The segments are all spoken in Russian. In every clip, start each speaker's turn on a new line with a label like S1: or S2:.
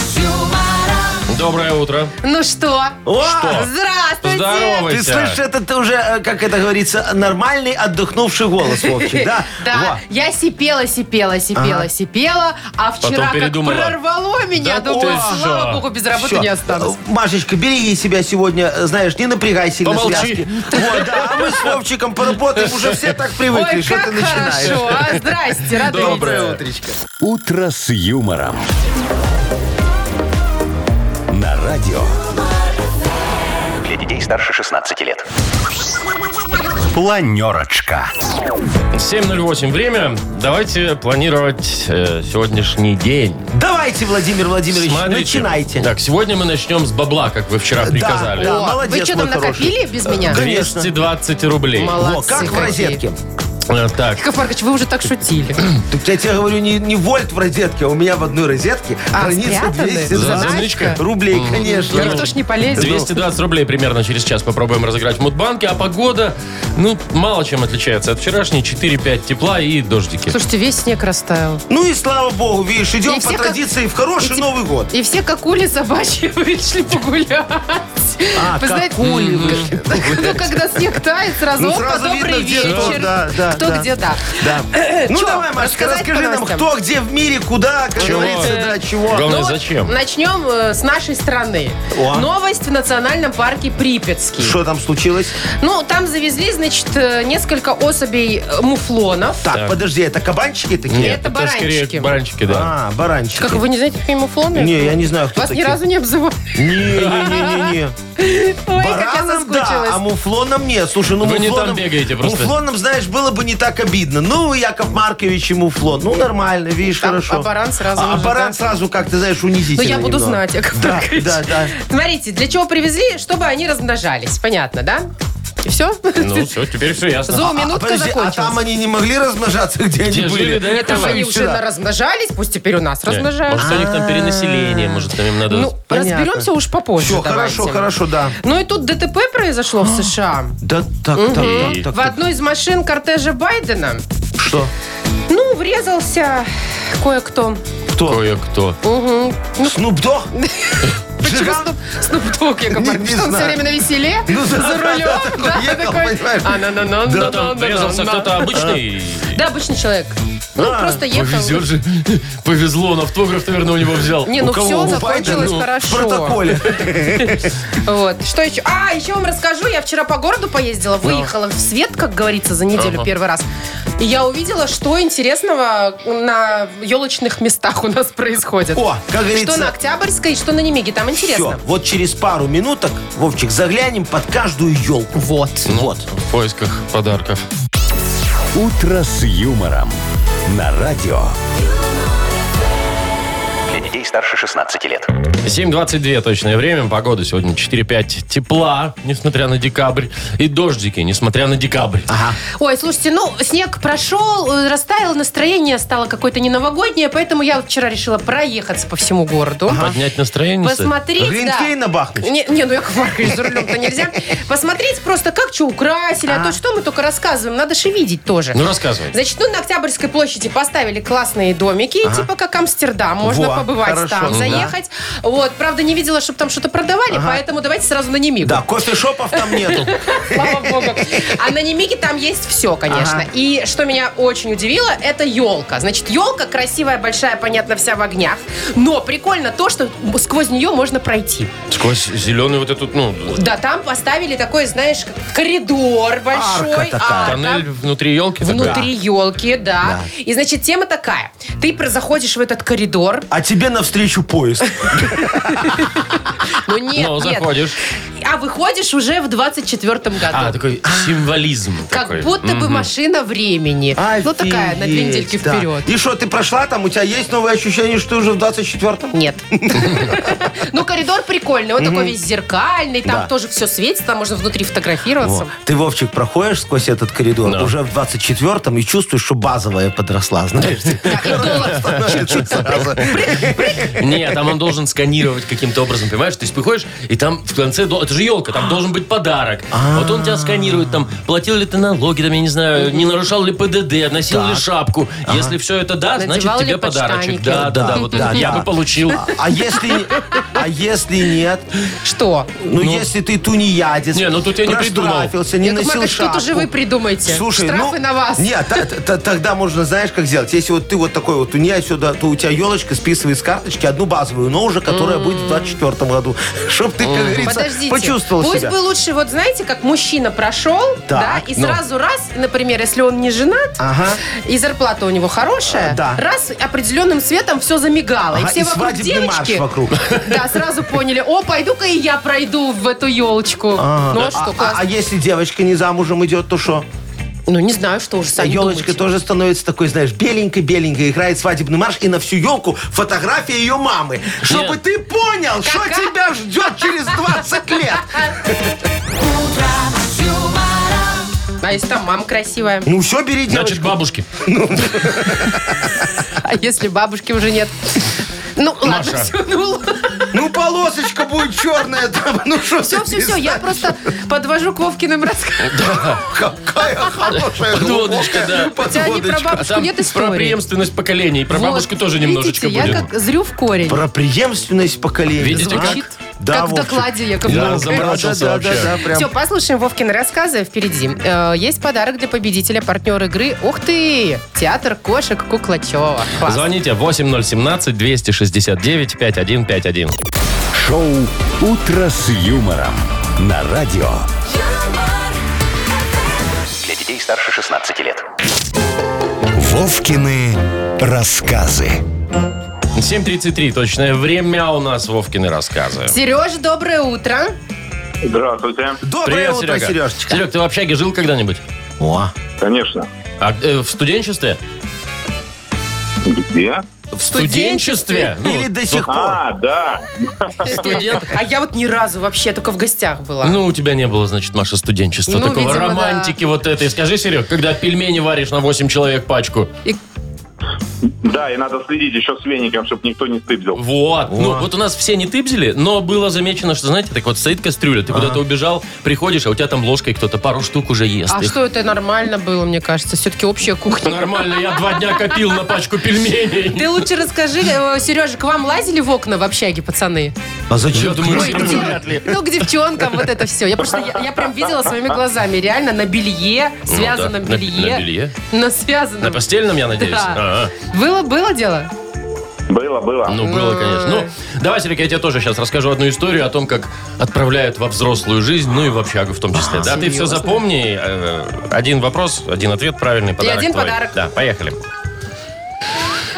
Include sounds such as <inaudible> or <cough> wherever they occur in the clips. S1: Доброе утро.
S2: Ну что?
S3: О,
S2: Здравствуйте! <laughs>
S3: Ты
S1: Здоровайся.
S3: слышишь, это ты уже, э, как это говорится, нормальный отдохнувший голос,
S1: <laughs>
S3: Вовчик, да?
S2: Да,
S3: Во.
S2: я сипела, сипела, сипела, сипела, а вчера как
S1: передумала.
S2: прорвало меня,
S1: Да ты
S2: думаю,
S1: что?
S2: слава богу, без работы
S3: Всё.
S2: не останусь.
S3: Э, Машечка, береги себя сегодня, э, знаешь, не напрягай сильно
S1: Помолчи.
S3: связки. Вот, да, а мы с Вовчиком поработаем, уже все так привыкли,
S2: Ой,
S3: что
S2: как
S3: ты начинаешь.
S2: хорошо. А,
S3: <laughs>
S2: здрасте, рада видеть.
S1: Доброе утро.
S4: «Утро с юмором». На радио. Для детей старше 16 лет. Планерочка.
S1: 7.08 время. Давайте планировать э, сегодняшний день.
S3: Давайте, Владимир Владимирович,
S1: Смотрите.
S3: начинайте.
S1: Так, сегодня мы начнем с бабла, как вы вчера приказали.
S3: да.
S2: О,
S3: Молодец,
S2: Вы что там
S3: мой хороший.
S2: накопили без меня?
S3: Да.
S1: 220 рублей.
S2: Молодцы
S3: Во, как в
S2: какие.
S3: розетке.
S1: Э, Так,
S2: Яков Маркович, вы уже так шутили.
S3: Так я тебе говорю, не, не вольт в розетке, а у меня в одной розетке
S2: А,
S3: хранится
S2: спрятаны?
S3: 220
S1: Заначка?
S3: рублей,
S2: Да
S3: конечно.
S2: никто ж не полезет.
S1: 220 рублей примерно через час попробуем разыграть в Мудбанке. А погода, ну, мало чем отличается от вчерашней. 4-5 тепла и дождики.
S2: Слушайте, весь снег растаял.
S3: Ну и слава богу, видишь, идем
S2: И
S3: по
S2: все как-
S3: традиции в хороший
S2: и те-
S3: Новый год.
S2: И все как ули собачьи <laughs> вышли погулять.
S3: А,
S2: Вы
S3: как
S2: знаете,
S3: ули
S2: м,
S3: вышли
S2: <laughs> Ну, когда снег тает, сразу,
S3: Ну,
S2: опа,
S3: сразу видно,
S2: добрый
S3: где что, да, да,
S2: вечер. Кто
S3: да.
S2: где, да.
S3: Да. Ну
S2: Чё,
S3: давай, Машка,
S2: рассказать
S3: расскажи
S2: по
S3: нам,
S2: новостям?
S3: кто где в мире, куда, как
S1: Чего?
S3: говорится, да, чего.
S1: Главное,
S2: Ну,
S1: зачем?
S2: Начнем э, с нашей страны.
S3: О.
S2: Новость в национальном парке Припятский.
S3: Что там случилось?
S2: Ну, там завезли, значит, э, несколько особей э, муфлонов.
S3: Так, подожди, это кабанчики такие?
S2: Нет. это баранчики.
S1: скорее баранчики, да.
S3: А, баранчики.
S2: Как вы не знаете, какие муфлоны?
S3: Не, я не знаю, кто
S2: Вас
S3: такие.
S2: ни разу не обзывали. <laughs>
S3: Не-не-не-не.
S2: Ой, как я
S3: Бараном, да, а
S2: соскучилась. Ну,
S3: муфлоном нет. Слушай, ну
S1: Вы не там
S3: муфлоном...
S1: бегаете просто.
S3: Муфлоном, знаешь, было бы не так обидно. Ну, Яков Маркович и муфлон. Ну, нормально, видишь,
S2: А-
S3: хорошо.
S2: а баран сразу
S3: А, а
S2: уже,
S3: баран
S2: да?
S3: сразу, как ты знаешь,
S2: Ну,
S3: унизительно
S2: я буду
S3: немного.
S2: знать, Яков
S3: Да,
S2: Маркович.
S3: да, да.
S2: Смотрите, для чего привезли? Чтобы они размножались. Понятно, да? И все?
S1: Ну, все, теперь все ясно.
S2: <laughs>
S3: А,
S2: Зооминутка
S3: подожди, а
S2: закончилась.
S3: там они не могли размножаться,
S1: Где
S3: где они
S1: жили
S3: были?
S1: до этого?
S2: Это же они уже
S3: Сюда.
S2: размножались, пусть теперь у нас
S1: Нет,
S2: размножаются.
S1: Может, у них там перенаселение, может, там им надо...
S2: Ну,
S3: понятно.
S2: разберемся уж попозже.
S3: Все,
S2: давайте.
S3: хорошо, хорошо, да.
S2: Ну и тут ДТП произошло в США.
S3: Да, так, так, так, так,
S2: В одной из машин кортежа Байдена,
S3: так. Что?
S2: ну, врезался кое-кто.
S3: Кто?
S1: Кое-кто.
S3: Снупдог?
S2: Ну, <laughs> Почему
S3: Жига?
S2: Снуп, Снуп Дог, Яков
S3: Не-
S2: Маркович?
S3: не
S2: Что он все
S3: знаю.
S2: время на веселе?
S3: Ну, да, да,
S2: за рулем?
S3: да, такой ехал, понимаешь?
S2: А, на на на
S1: Да,
S2: на
S1: там врезался кто-то обычный.
S2: ну, Да, обычный человек. Ну,
S3: А,
S2: просто ехал.
S1: Повезет же. <laughs> Повезло, он автограф, наверное, у него взял.
S2: Не,
S1: У
S2: ну
S1: кого?
S2: все
S1: У
S2: закончилось
S1: Байдена?
S2: Ну,
S3: В
S2: хорошо.
S3: протоколе.
S2: Вот. Что еще? А, еще вам расскажу. Я вчера по городу поездила, выехала в свет, как говорится, за неделю
S1: Ага.
S2: первый раз. И я увидела, что интересного на елочных местах у нас происходит.
S3: О,
S2: что
S3: как
S2: на
S3: говорится,
S2: Октябрьской, что на Немиге. Там интересно.
S3: все. Вот через пару минуток, Вовчик, заглянем под каждую елку. Вот. Вот.
S1: В поисках подарков.
S4: «Утро с юмором» на радио.
S5: Для детей старше 16 лет.
S1: 7.22 точное время. Погода сегодня 4-5 тепла, несмотря на декабрь. И дождики, несмотря на декабрь.
S2: Ой, слушайте, ну, снег прошел, э, растаял, настроение стало какое-то не новогоднее, поэтому я вчера решила проехаться по всему городу.
S1: Поднять настроение. Сань?
S2: Посмотреть, да.
S3: Глинтвейна бахнуть?
S2: Не, не, ну Яков Маркович, за рулем-то нельзя. Посмотреть просто, как что украсили, а то что мы только рассказываем, надо же видеть тоже.
S1: Ну, рассказывай.
S2: Значит, ну, на Октябрьской площади поставили классные домики, типа как Амстердам. Можно
S3: Во,
S2: побывать
S3: хорошо,
S2: там,
S3: ну
S2: заехать. Вот, правда, не видела, чтобы там что-то продавали, поэтому давайте сразу на Немигу.
S3: Да, кофешопов там нету.
S2: <laughs> Слава богу. А на Немиге там есть все, конечно.
S3: Ага.
S2: И что меня очень удивило, это елка. Значит, елка красивая, большая, понятно, вся в огнях. Но прикольно то, что сквозь нее можно пройти.
S1: Сквозь зеленый вот этот, ну,
S2: Да, там поставили такой, знаешь, как коридор большой. А,
S3: Арка такая.
S2: арка.
S1: тоннель внутри елки.
S2: Внутри елки, да. И значит, тема такая. Ты про- заходишь в этот коридор.
S3: А тебе навстречу поезд.
S2: Ну нет,
S1: Ну,
S2: нет.
S1: заходишь.
S2: а выходишь уже в 24-м году.
S1: А, такой символизм.
S2: как
S1: такой.
S2: будто бы
S1: Мгм.
S2: машина времени. ну, такая, на две недельки
S3: Офигеть, да.
S2: вперед.
S3: И что, ты прошла там, у тебя есть новые ощущения, что ты уже в 24-м?
S2: Нет. Ну, коридор прикольный. Он такой весь зеркальный. Там
S3: Да.
S2: тоже все светится. Там можно внутри фотографироваться.
S3: Во. Ты, Вовчик, проходишь сквозь этот коридор
S1: Да.
S3: уже в 24-м и чувствуешь, что базовая
S1: <laughs>
S3: подросла, знаешь?
S2: Так, и доллар.
S3: <laughs> Становится сразу.
S1: Нет, там он должен сканировать каким-то образом, понимаешь? То есть приходишь, и там в конце, до- это же елка, там должен быть подарок.
S3: А.
S1: Вот он тебя сканирует, там, платил ли ты налоги, там, я не знаю, не нарушал ли ПДД, носил ли шапку. Если все это да, значит
S2: Надевал ли
S1: тебе подарочек.
S2: подштанники?
S1: Да, да, да,
S3: Да,
S1: вот
S3: да,
S1: это. Я
S3: да.
S1: бы получил.
S3: А если, не- а если нет?
S2: Что?
S3: Ну, если ты тунеядец,
S1: Не, ну тут я не придумал.
S3: проштрафился, не
S2: Яков
S3: носил
S2: Маркович,
S3: шапку.
S2: тут уже вы придумайте.
S3: Слушай,
S2: Штрафы
S3: ну,
S2: на вас.
S3: Нет, та- та- тогда можно, знаешь, как сделать. Если вот ты вот такой вот тунеядь сюда, то у тебя елочка списывает с карточки одну базовую, но уже которая будет в 24 году. <laughs> Чтоб ты, как говорится,
S2: Подождите.
S3: почувствовал
S2: Пусть
S3: себя.
S2: бы лучше, вот знаете, как мужчина прошел, да,
S3: Так,
S2: и
S1: ну.
S2: сразу раз, например, если он не женат,
S3: Ага.
S2: и зарплата у него хорошая,
S3: А, да.
S2: раз определенным светом все замигало. и
S3: Ага,
S2: все
S3: и
S2: вокруг
S3: свадебный
S2: девочки.
S3: марш вокруг.
S2: <laughs> Да, сразу поняли, о, пойду-ка и я пройду в эту елочку.
S3: Ага.
S2: Ну а
S3: А-
S2: что,
S3: а-
S2: классно.
S3: а если девочка не замужем идет, то что?
S2: Ну не знаю, что уже
S3: А
S2: сами
S3: елочка
S2: думайте.
S3: тоже становится такой, знаешь, беленькой-беленькой, играет свадебный марш, и на всю елку фотография ее мамы. Чтобы ты понял, что
S2: Какая-
S3: тебя ждет через 20 лет.
S2: <laughs> А если там мама красивая?
S3: Ну все, бери
S1: Значит,
S3: девочку. <laughs>
S1: бабушки.
S2: А если бабушки уже
S3: <laughs>
S2: нет? Ну, ладно,
S1: Маша.
S2: все, ну,
S3: Ну полосочка будет черная там. Ну что
S2: все, все, все, я просто подвожу к Вовкиным рассказам.
S3: Какая хорошая
S1: Подводочка, да.
S2: Хотя они про
S3: подводочка.
S1: А
S2: бабушку
S1: там
S2: нет
S1: про
S2: истории.
S1: преемственность поколений, про
S2: Вот,
S1: бабушку тоже
S2: видите,
S1: немножечко
S2: я
S1: будет.
S2: как зрю в корень.
S3: Про преемственность поколений.
S1: Видите, как?
S2: Звучит,
S3: Да,
S2: как в
S3: Вовчик.
S2: докладе Яков
S1: Я
S2: Маркович. <laughs>
S1: замра- заморочился
S3: да, да,
S1: вообще.
S3: да, да, прям.
S2: Все, послушаем Вовкины рассказы впереди. Э, есть подарок для победителя, партнер игры. Ух ты! Театр кошек Куклачева. Класс.
S1: Звоните 8017-269-5151.
S4: Шоу «Утро с юмором» на радио.
S5: Для детей старше 16 лет.
S4: Вовкины рассказы.
S1: 7.33 точное время у нас Вовкины рассказы.
S2: Сережа, доброе утро.
S6: Здравствуйте.
S3: Доброе
S1: Привет,
S3: утро,
S1: Серега.
S3: Сережечка.
S1: Серег, ты в общаге жил когда-нибудь?
S3: О,
S6: Конечно.
S1: А, э, в студенчестве?
S6: Где?
S3: в
S1: студенчестве?
S3: Или
S1: Ну,
S3: до сих пор?
S6: А, да.
S1: Студент?
S2: А я вот ни разу вообще, только в гостях была.
S1: Ну, у тебя не было, значит, Маша, студенчества.
S2: Ну,
S1: такого
S2: видимо,
S1: романтики вот этой. Скажи, Серег, когда пельмени варишь на 8 человек пачку.
S6: Да, и надо следить еще с веником, чтобы никто не стыбзил.
S1: Вот. Ну, вот у нас все не тыбзели, но было замечено, что, знаете, так вот стоит кастрюля, ты куда-то убежал, приходишь, а у тебя там ложкой кто-то пару штук уже ест.
S2: а
S1: их.
S2: что это нормально было, мне кажется. Все-таки общая
S1: <laughs>
S2: кухня.
S1: Нормально, я два дня копил на пачку пельменей.
S2: Ты лучше расскажи, Сережа, к вам лазили в окна в общаге, пацаны?
S3: А зачем?
S1: Я думаю,
S3: Ой,
S1: что
S2: где?
S1: вряд ли.
S2: Ну, к девчонкам, вот это все. Я просто, я, я прям видела своими глазами, реально, на белье,
S1: Ну,
S2: связанном
S1: да, на-
S2: белье.
S1: На белье.
S2: На связанном.
S1: На постельном, я надеюсь? А,
S2: Да.
S1: Ага.
S2: Было, было дело?
S6: Было, было.
S1: Ну, было, конечно. Ну, давай, Серег, я тебе тоже сейчас расскажу одну историю о том, как отправляют во взрослую жизнь, ну и в общагу в том числе. да, ты все
S2: серьезно?
S1: запомни. э, Один вопрос, один ответ, правильный подарок.
S2: один
S1: твой.
S2: подарок.
S1: Да, поехали.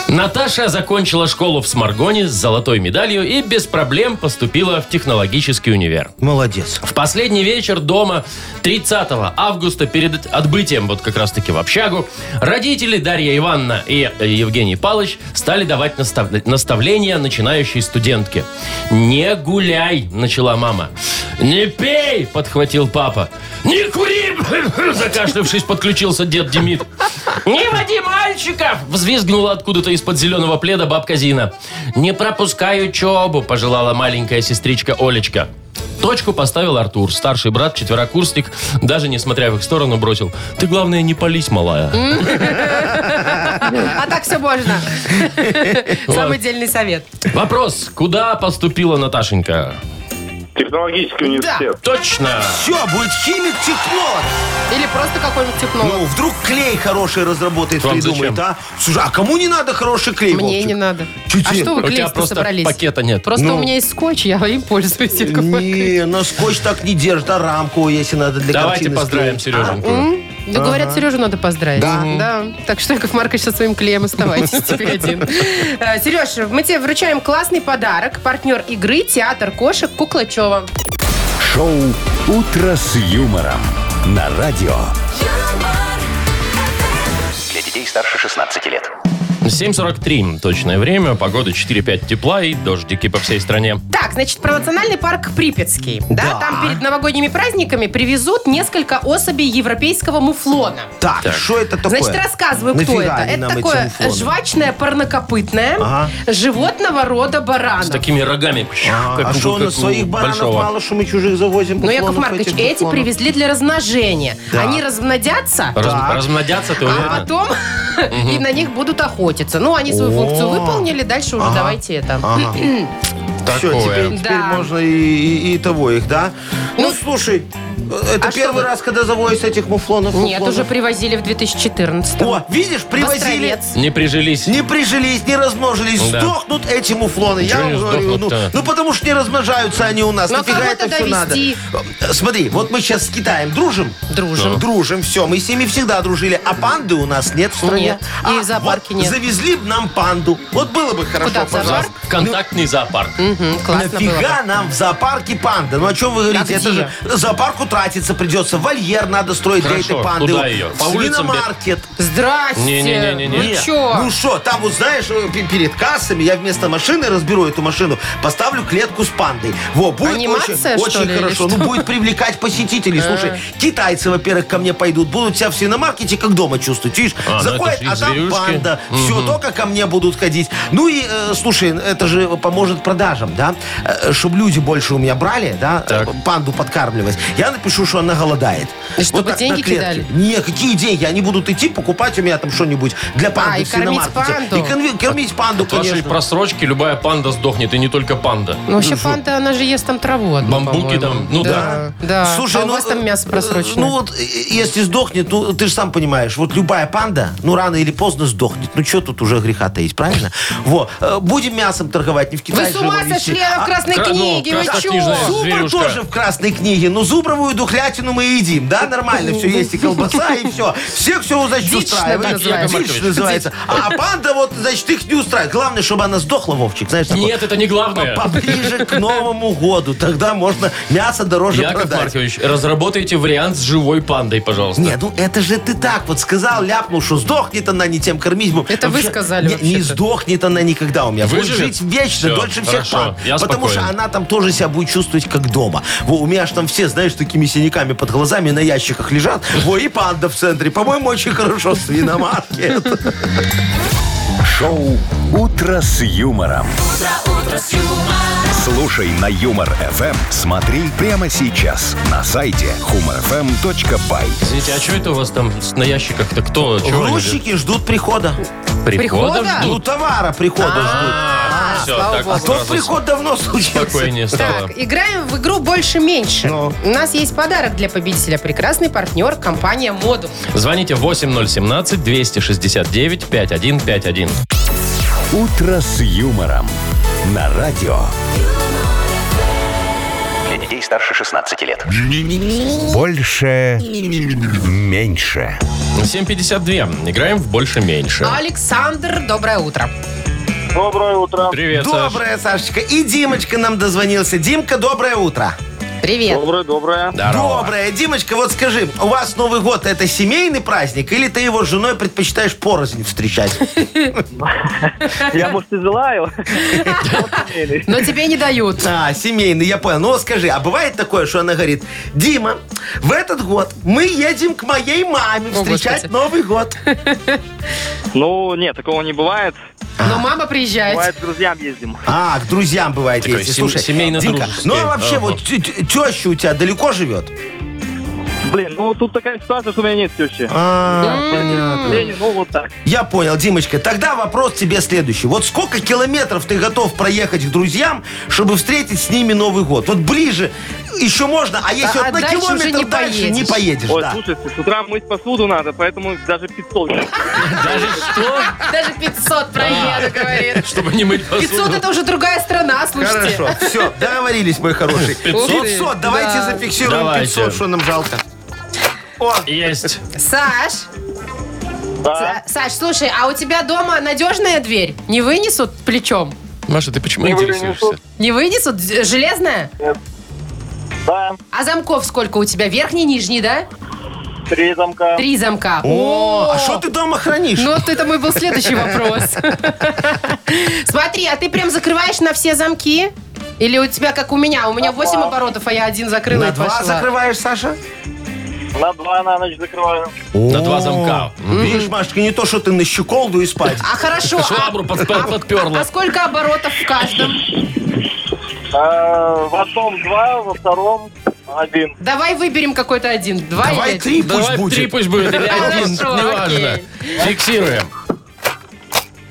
S1: Наташа закончила школу в Сморгоне с золотой медалью и без проблем поступила в технологический универ.
S3: Молодец.
S1: В последний вечер дома 30 августа перед отбытием вот как раз-таки в общагу родители Дарья Ивановна и э, Евгений Палыч стали давать настав- наставления начинающей студентке. «Не гуляй!» – начала мама. «Не пей!» – подхватил папа. «Не кури!» – закашлявшись, подключился дед Демид. «Не води мальчиков!» – взвизгнула откуда-то из-под зеленого пледа бабка Зина. «Не пропускай учебу!» – пожелала маленькая сестричка Олечка. Точку поставил Артур, старший брат, четверокурсник, даже несмотря в их сторону бросил. Ты, главное, не пались, малая. Ну.
S2: А так все
S1: <laughs>
S2: можно. Самый дельный совет.
S1: Вопрос, куда поступила Наташенька?
S6: Технологический университет.
S1: Точно!
S3: Все, будет химик-технолог.
S2: Или просто какой-нибудь технолог.
S3: Ну, вдруг клей хороший разработает,
S1: Вам
S3: придумает,
S1: зачем?
S3: а? Слушай, а кому не надо хороший клей,
S2: Мне
S3: Вовчик?
S2: не надо.
S3: Чуть
S2: А
S3: нет.
S2: что вы
S1: У тебя
S2: клеить-то
S1: просто
S2: собрались?
S1: пакета нет.
S2: Просто
S3: Ну.
S2: у меня есть скотч, я им пользуюсь. Яков Маркович.
S3: Не, на скотч так не держит, а рамку, если надо для
S1: Давайте
S3: картины
S1: поздравим
S3: склеить.
S2: А,
S1: Сереженьку.
S2: Да говорят, Сережу надо поздравить. Да. Так что, Яков Маркович, со своим клеем оставайтесь <laughs> теперь один. Э, Сереж, мы тебе вручаем классный подарок. Партнер игры «Театр кошек» Куклачева.
S4: Шоу «Утро с юмором» на радио.
S5: Для детей старше 16 лет.
S1: 7.43 точное время, погода 4-5 тепла и дождики по всей стране.
S2: Так, значит, про национальный парк Припятский. Да, там перед новогодними праздниками привезут несколько особей европейского муфлона.
S3: Так, что это такое?
S2: Значит, рассказываю, кто
S3: Нафига
S2: это.
S3: они
S2: Это
S3: нам эти
S2: такое
S3: муфлоны?
S2: жвачное парнокопытное
S3: Ага.
S2: животного рода барана.
S1: С такими рогами.
S3: А,
S1: как
S3: а
S1: у-
S3: что,
S1: как
S3: на
S1: у
S3: своих баранов
S1: большого.
S3: мало, что мы чужих завозим?
S2: Ну, Яков
S3: куклонов
S2: Маркович, эти,
S3: куклонов?
S2: привезли для размножения.
S3: Да.
S2: Они размнодятся,
S1: Раз-
S3: Так.
S1: Размнодятся, ты
S2: а
S1: уверена?
S2: потом <laughs> и на них будут охотиться. Ну, они свою
S3: О. А,
S2: функцию выполнили, дальше уже давайте это. <clears throat>
S3: Ага. Все,
S1: Такое.
S3: теперь, теперь
S2: Да.
S3: можно и, и- и того их, да? Ну, слушай, э, это
S2: а что
S3: первый
S2: вы-
S3: раз, когда завозят этих муфлонов.
S2: Нет,
S3: муфлонов.
S2: уже привозили в 2014
S3: О, видишь, привозили.
S2: Островец.
S1: Не прижились.
S3: Не прижились, не размножились,
S1: Да.
S3: сдохнут эти муфлоны.
S1: Чего
S3: Я
S1: не
S3: вам говорю, ну,
S1: сдохнут-то?
S3: ну, потому что не размножаются они у нас.
S2: Ну, а
S3: Нафига
S2: кого
S3: это
S2: тогда
S3: все надо? Э,
S2: везти?
S3: Смотри, вот мы сейчас с Китаем дружим.
S2: Дружим.
S3: Дружим, все, мы с ними всегда дружили. А панды у нас нет в стране.
S2: Нет, и
S3: А
S2: в зоопарке
S3: вот
S2: нет.
S3: Завезли бы нам панду. Вот было бы хорошо.
S2: Куда, в
S3: пожалуйста.
S2: зоопарк?
S1: Контактный зоопарк.
S2: М, Классно было. бы.
S3: Нафига нам в зоопарке панда? Ну, о чем вы говорите?
S2: А
S3: Это же зоопарку тратиться придется. Вольер надо строить
S1: Хорошо,
S3: для этой панды.
S1: куда
S3: Вот
S1: ее? По улицам бе-
S3: Свиномаркет.
S2: Здрасте.
S1: Не-не-не-не-не.
S2: Ну
S1: Нет.
S2: чё?
S3: Ну что, там вот знаешь, э, пе- перед кассами я вместо машины разберу эту машину, поставлю клетку с пандой. Во, будет
S2: Анимация,
S3: очень,
S2: что
S3: очень
S2: ли, или
S3: хорошо.
S2: что? Э.
S3: Ну, будет привлекать посетителей. Слушай, китайцы, во-первых, ко мне пойдут, будут себя в свиномаркете как дома чувствовать. Видишь,
S1: А, ну это
S3: заходят,
S1: ж
S3: а
S1: их
S3: там
S1: зверюшки.
S3: панда. Все, только ко мне будут ходить. Ну и, э, слушай, это же поможет продажам, да? Чтобы люди больше у меня брали, да,
S1: Так.
S3: э, панду подкармливать. Я напишу, что она голодает.
S2: И чтобы
S3: так,
S2: деньги
S3: на клетке.
S2: кидали?
S3: Не, какие деньги? Они будут идти покупать у меня там что-нибудь для панды
S2: А, и
S3: в
S2: кормить
S3: свиномаркете.
S2: панду?
S3: И конве- кормить панду,
S1: От вашей
S3: конечно.
S1: просрочки любая панда сдохнет, и не только панда.
S2: Ну, вообще панда, она же ест там траву одну,
S1: Бамбуки
S2: по-моему.
S1: там, ну да.
S2: Да.
S3: Слушай,
S2: а у
S3: ну,
S2: вас там мясо
S3: э,
S2: просрочено.
S3: Ну вот, э, если сдохнет, ну ты же сам понимаешь, вот любая панда, ну рано или поздно сдохнет. Ну что тут уже греха-то есть, правильно? Во, э, будем мясом торговать, не в Китае
S2: Вы с ума
S3: же его везти.
S2: сошли, она
S3: А-
S2: в красной
S1: Кра- ну,
S2: книге, вы
S1: краснокнижная.
S2: чё?
S3: Зубр
S1: Зверюшка.
S3: тоже в красной книге. Ну, зубровую духлятину мы едим, да? Нормально все есть, и колбаса, и все. Всех все, значит,
S2: Дичь
S3: устраивает.
S2: называется.
S3: Дичь
S1: Яков Маркович.
S3: называется. А панда, вот, значит, их не устраивает. Главное, чтобы она сдохла, Вовчик, знаешь, такой,
S1: Нет, это не главное.
S3: Поближе к Новому году. Тогда можно мясо дороже
S1: Яков
S3: продать.
S1: Маркович, разработайте вариант с живой пандой, пожалуйста.
S3: Не, ну это же ты так вот сказал, ляпнул, что сдохнет она не тем кормить. будем.
S2: Это вы сказали
S3: не- Не,
S2: вообще-то.
S3: сдохнет она никогда у меня.
S1: Выживет?
S3: Будет жить вечно,
S1: Всё,
S3: дольше всех
S1: хорошо,
S3: пан.
S1: я
S3: потому
S1: спокоен.
S3: что она там тоже себя будет чувствовать как дома. Во, у меня аж там все, знаешь, такими синяками под глазами на ящиках лежат. Во, и панда в центре. По-моему, очень хорошо свиномаркет.
S4: Шоу «Утро с юмором». Слушай на Юмор ФМ. Смотри прямо сейчас на сайте эм humorfm.by.
S1: Извините, а что это у вас там с- на ящиках-то? Кто? <laughs> Чего они ждут?
S3: Грузчики ждут прихода.
S1: Прихода
S2: Прихода?
S3: Ну,
S1: ждут?
S3: товара прихода ждут.
S1: А,
S2: А,
S1: всё,
S2: слава
S1: так
S2: богу.
S3: А тот
S1: сразу
S3: приход давно случился.
S1: Спокойнее стало.
S2: Так, играем в игру «Больше-меньше».
S3: Ну.
S2: У нас есть подарок для победителя. Прекрасный партнер компания «Модус».
S1: Звоните 8017-269-5151.
S4: «Утро с юмором» на радио.
S5: Для детей старше 16 лет.
S4: Больше. Меньше.
S1: 7.52. Играем в больше-меньше.
S2: Александр, доброе утро.
S6: Доброе утро.
S1: Привет, Саш.
S3: Доброе, Сашечка. И Димочка нам дозвонился. Димка, доброе утро.
S2: Привет.
S6: Доброе, доброе.
S1: Здорово.
S3: Доброе. Димочка, вот скажи, у вас Новый год это семейный праздник или ты его с женой предпочитаешь порознь встречать?
S7: Я, может, и желаю.
S2: Но тебе не дают.
S3: А, семейный, я понял. Ну вот скажи, а бывает такое, что она говорит, Дима, в этот год мы едем к моей маме
S2: О,
S3: встречать
S2: Господи.
S3: Новый год.
S7: Ну, нет, такого не бывает.
S2: Но мама приезжает.
S7: Бывает, с друзьям ездим.
S3: А, к друзьям бывает
S1: Такой
S3: ездить.
S1: сем-
S3: Слушай, Димка,
S1: семейно-дружеский.
S3: ну а вообще
S1: Ага.
S3: вот тё- тё- теща у тебя далеко живет?
S7: Блин, ну, тут такая ситуация, что у меня нет тещи.
S3: А,
S7: Блин, Ну, вот так.
S3: Я понял, Димочка. Тогда вопрос тебе следующий. Вот сколько километров ты готов проехать к друзьям, чтобы встретить с ними Новый год? Вот ближе еще можно, а если
S2: А-
S3: вот
S2: а
S3: на
S2: дальше уже
S3: километр
S2: не
S3: дальше не
S2: поедешь.
S3: поедешь.
S7: Ой,
S3: да.
S7: слушайте, с утра мыть посуду надо, поэтому даже 500.
S1: Даже что?
S2: Даже 500 проеду, говорит.
S1: Чтобы не мыть посуду.
S2: 500 это уже другая страна, слушайте.
S3: Хорошо, все, договорились, мой хороший.
S1: 500?
S3: 500, давайте
S2: Да.
S3: зафиксируем
S1: Давайте.
S3: 500, что нам жалко. О,
S1: Есть.
S2: Саш,
S6: Да.
S2: Са- Саш, слушай, а у тебя дома надежная дверь? Не вынесут плечом?
S1: Маша, ты почему
S6: Не
S1: интересуешься?
S6: вынесу.
S2: Не вынесут? Д- Железная?
S7: Да,
S2: А замков сколько у тебя? Верхний, нижний, да?
S7: три замка.
S2: Три замка.
S3: О, а что ты дома хранишь?
S2: Ну, вот это мой был
S3: <laughs>
S2: следующий вопрос. Смотри, а ты прям закрываешь на все замки? Или у тебя, как у меня, у меня 8 оборотов, а я один закрыла
S3: На
S2: и
S3: два
S2: пошла.
S3: закрываешь, Саша?
S7: На два на ночь закрываю.
S1: На два замка.
S3: Видишь, Машечка, не то, что ты на щеколду и спать.
S2: А хорошо. а-
S1: Швабру подп-
S2: а-
S1: подперла.
S2: А сколько оборотов в каждом?
S7: А, в одном два, во втором один.
S2: Давай выберем какой-то один. Два
S3: Давай
S2: или-
S3: три пусть
S1: Давай три
S3: будет.
S1: пусть будет, или один,
S2: Хорошо,
S1: неважно.
S2: окей.
S1: Фиксируем.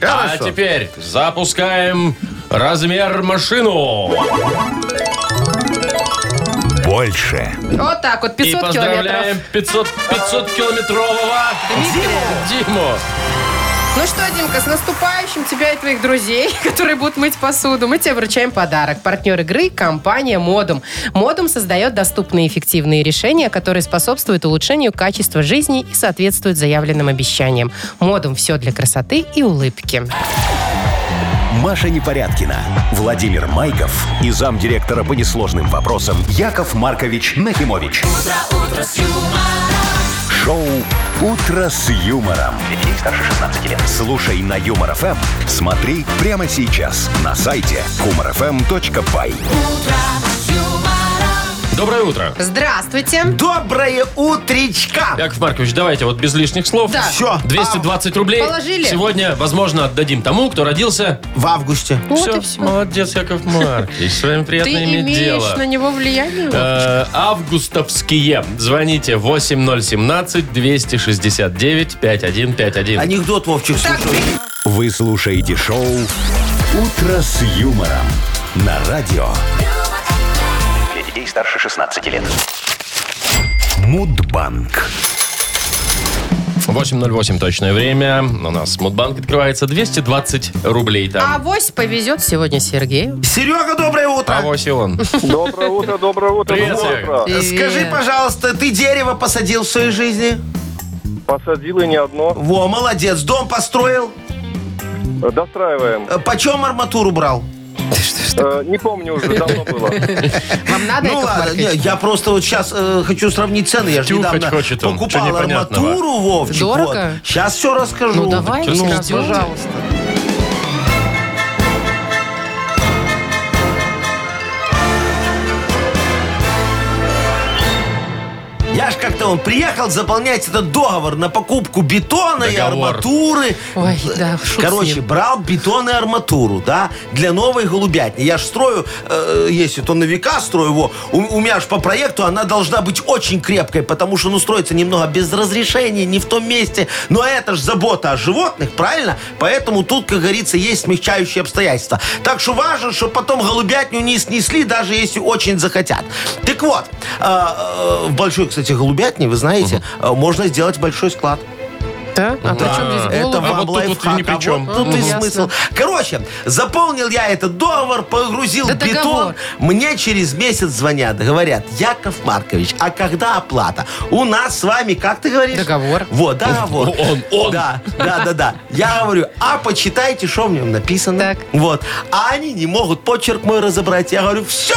S1: А
S3: Хорошо.
S1: теперь запускаем размер машину.
S4: Больше.
S2: Вот так вот,
S1: И
S2: 500 километров.
S1: поздравляем 500, 500 километрового Диму.
S2: Ну что, Димка, с наступающим тебя и твоих друзей, <laughs> которые будут мыть посуду. Мы тебе вручаем подарок. Партнер игры – компания «Модум». «Модум» создает доступные и эффективные решения, которые способствуют улучшению качества жизни и соответствуют заявленным обещаниям. «Модум» – все для красоты и улыбки.
S4: Маша Непорядкина, Владимир Майков и замдиректора по несложным вопросам Яков Маркович Нахимович. Шоу Утро с юмором.
S5: Для детей старше 16 лет.
S4: Слушай на юмор ФМ, смотри прямо сейчас на сайте humorfm.by.
S1: Доброе утро.
S2: Здравствуйте.
S3: Доброе утречка!
S1: Яков Маркович, давайте вот без лишних слов.
S2: Да.
S3: Все,
S1: 220 рублей
S2: Положили?
S1: сегодня, возможно, отдадим тому, кто родился.
S3: в августе.
S2: Вот
S1: Всё.
S2: и всё.
S1: Молодец, Яков Маркович. С вами
S2: Ты
S1: приятно иметь
S2: имеешь
S1: дело.
S2: на него влияние?
S1: Э, Августовские. Звоните 8017-269-5151.
S3: Анекдот, Вовчик,
S2: Так,
S3: слушай.
S4: Вы слушаете шоу Утро с юмором на радио
S5: Для детей старше 16 лет.
S4: Мудбанк.
S1: 8.08 точное время. У нас Мудбанк открывается. 220 рублей
S2: А
S1: там.
S2: авось повезет сегодня Сергею.
S3: Серега, доброе утро!
S1: А вось и
S3: <laughs>
S1: он.
S7: Доброе утро, доброе утро,
S1: Привет,
S7: доброе
S1: Серега.
S7: утро.
S3: Скажи, пожалуйста, ты дерево посадил в своей жизни?
S7: Посадил и не одно.
S3: Во, молодец, дом построил.
S7: Достраиваем.
S3: Э, Почем арматуру брал?
S7: Э, Не помню уже, давно было.
S2: Вам надо,
S3: ну
S2: Яков
S3: ладно,
S2: Маркович?
S3: не, я просто вот сейчас хочу сравнить цены. Я же
S1: Тюхать
S3: недавно
S1: хочет он, чё
S3: покупал
S1: непонятного?
S3: арматуру, Вовчик.
S2: Дорого?
S3: Сейчас все расскажу.
S2: Ну давай,
S1: чё,
S2: ну,
S1: сейчас,
S2: ждём.
S3: пожалуйста. Я ж как-то он приехал заполнять этот договор на покупку бетона и
S1: Договор.
S3: арматуры.
S2: Ой, да, шут с
S3: Короче,
S2: ним.
S3: брал бетон и арматуру, да, для новой голубятни. Я ж строю, э, если то на века строю его, у, у меня ж по проекту она должна быть очень крепкой, потому что, ну, строится немного без разрешения, не в том месте. Но это ж забота о животных, правильно? Поэтому тут, как говорится, есть смягчающие обстоятельства. Так что важно, что потом голубятню не снесли, даже если очень захотят. Так вот, э, э, в большой, кстати, голубятне, вы знаете, э, можно сделать большой склад.
S2: Да? А при чем здесь
S3: Это
S2: голуби?
S1: А
S3: вам
S1: вот тут вот
S3: лайфхак,
S1: ни при
S3: а
S1: чем.
S3: вот тут
S2: Мгм.
S3: и
S2: Ясно.
S3: смысл. Короче, заполнил я этот договор, погрузил
S2: Да
S3: бетон.
S2: договор.
S3: Мне через месяц звонят, говорят, Яков Маркович, а когда оплата? У нас с вами, как ты говоришь?
S2: Договор.
S3: Вот, договор.
S1: Он, он.
S3: Да, да, да, да. Я говорю, а почитайте, что в нем написано.
S2: Так.
S3: Вот. А они не могут почерк мой разобрать. Я говорю, все,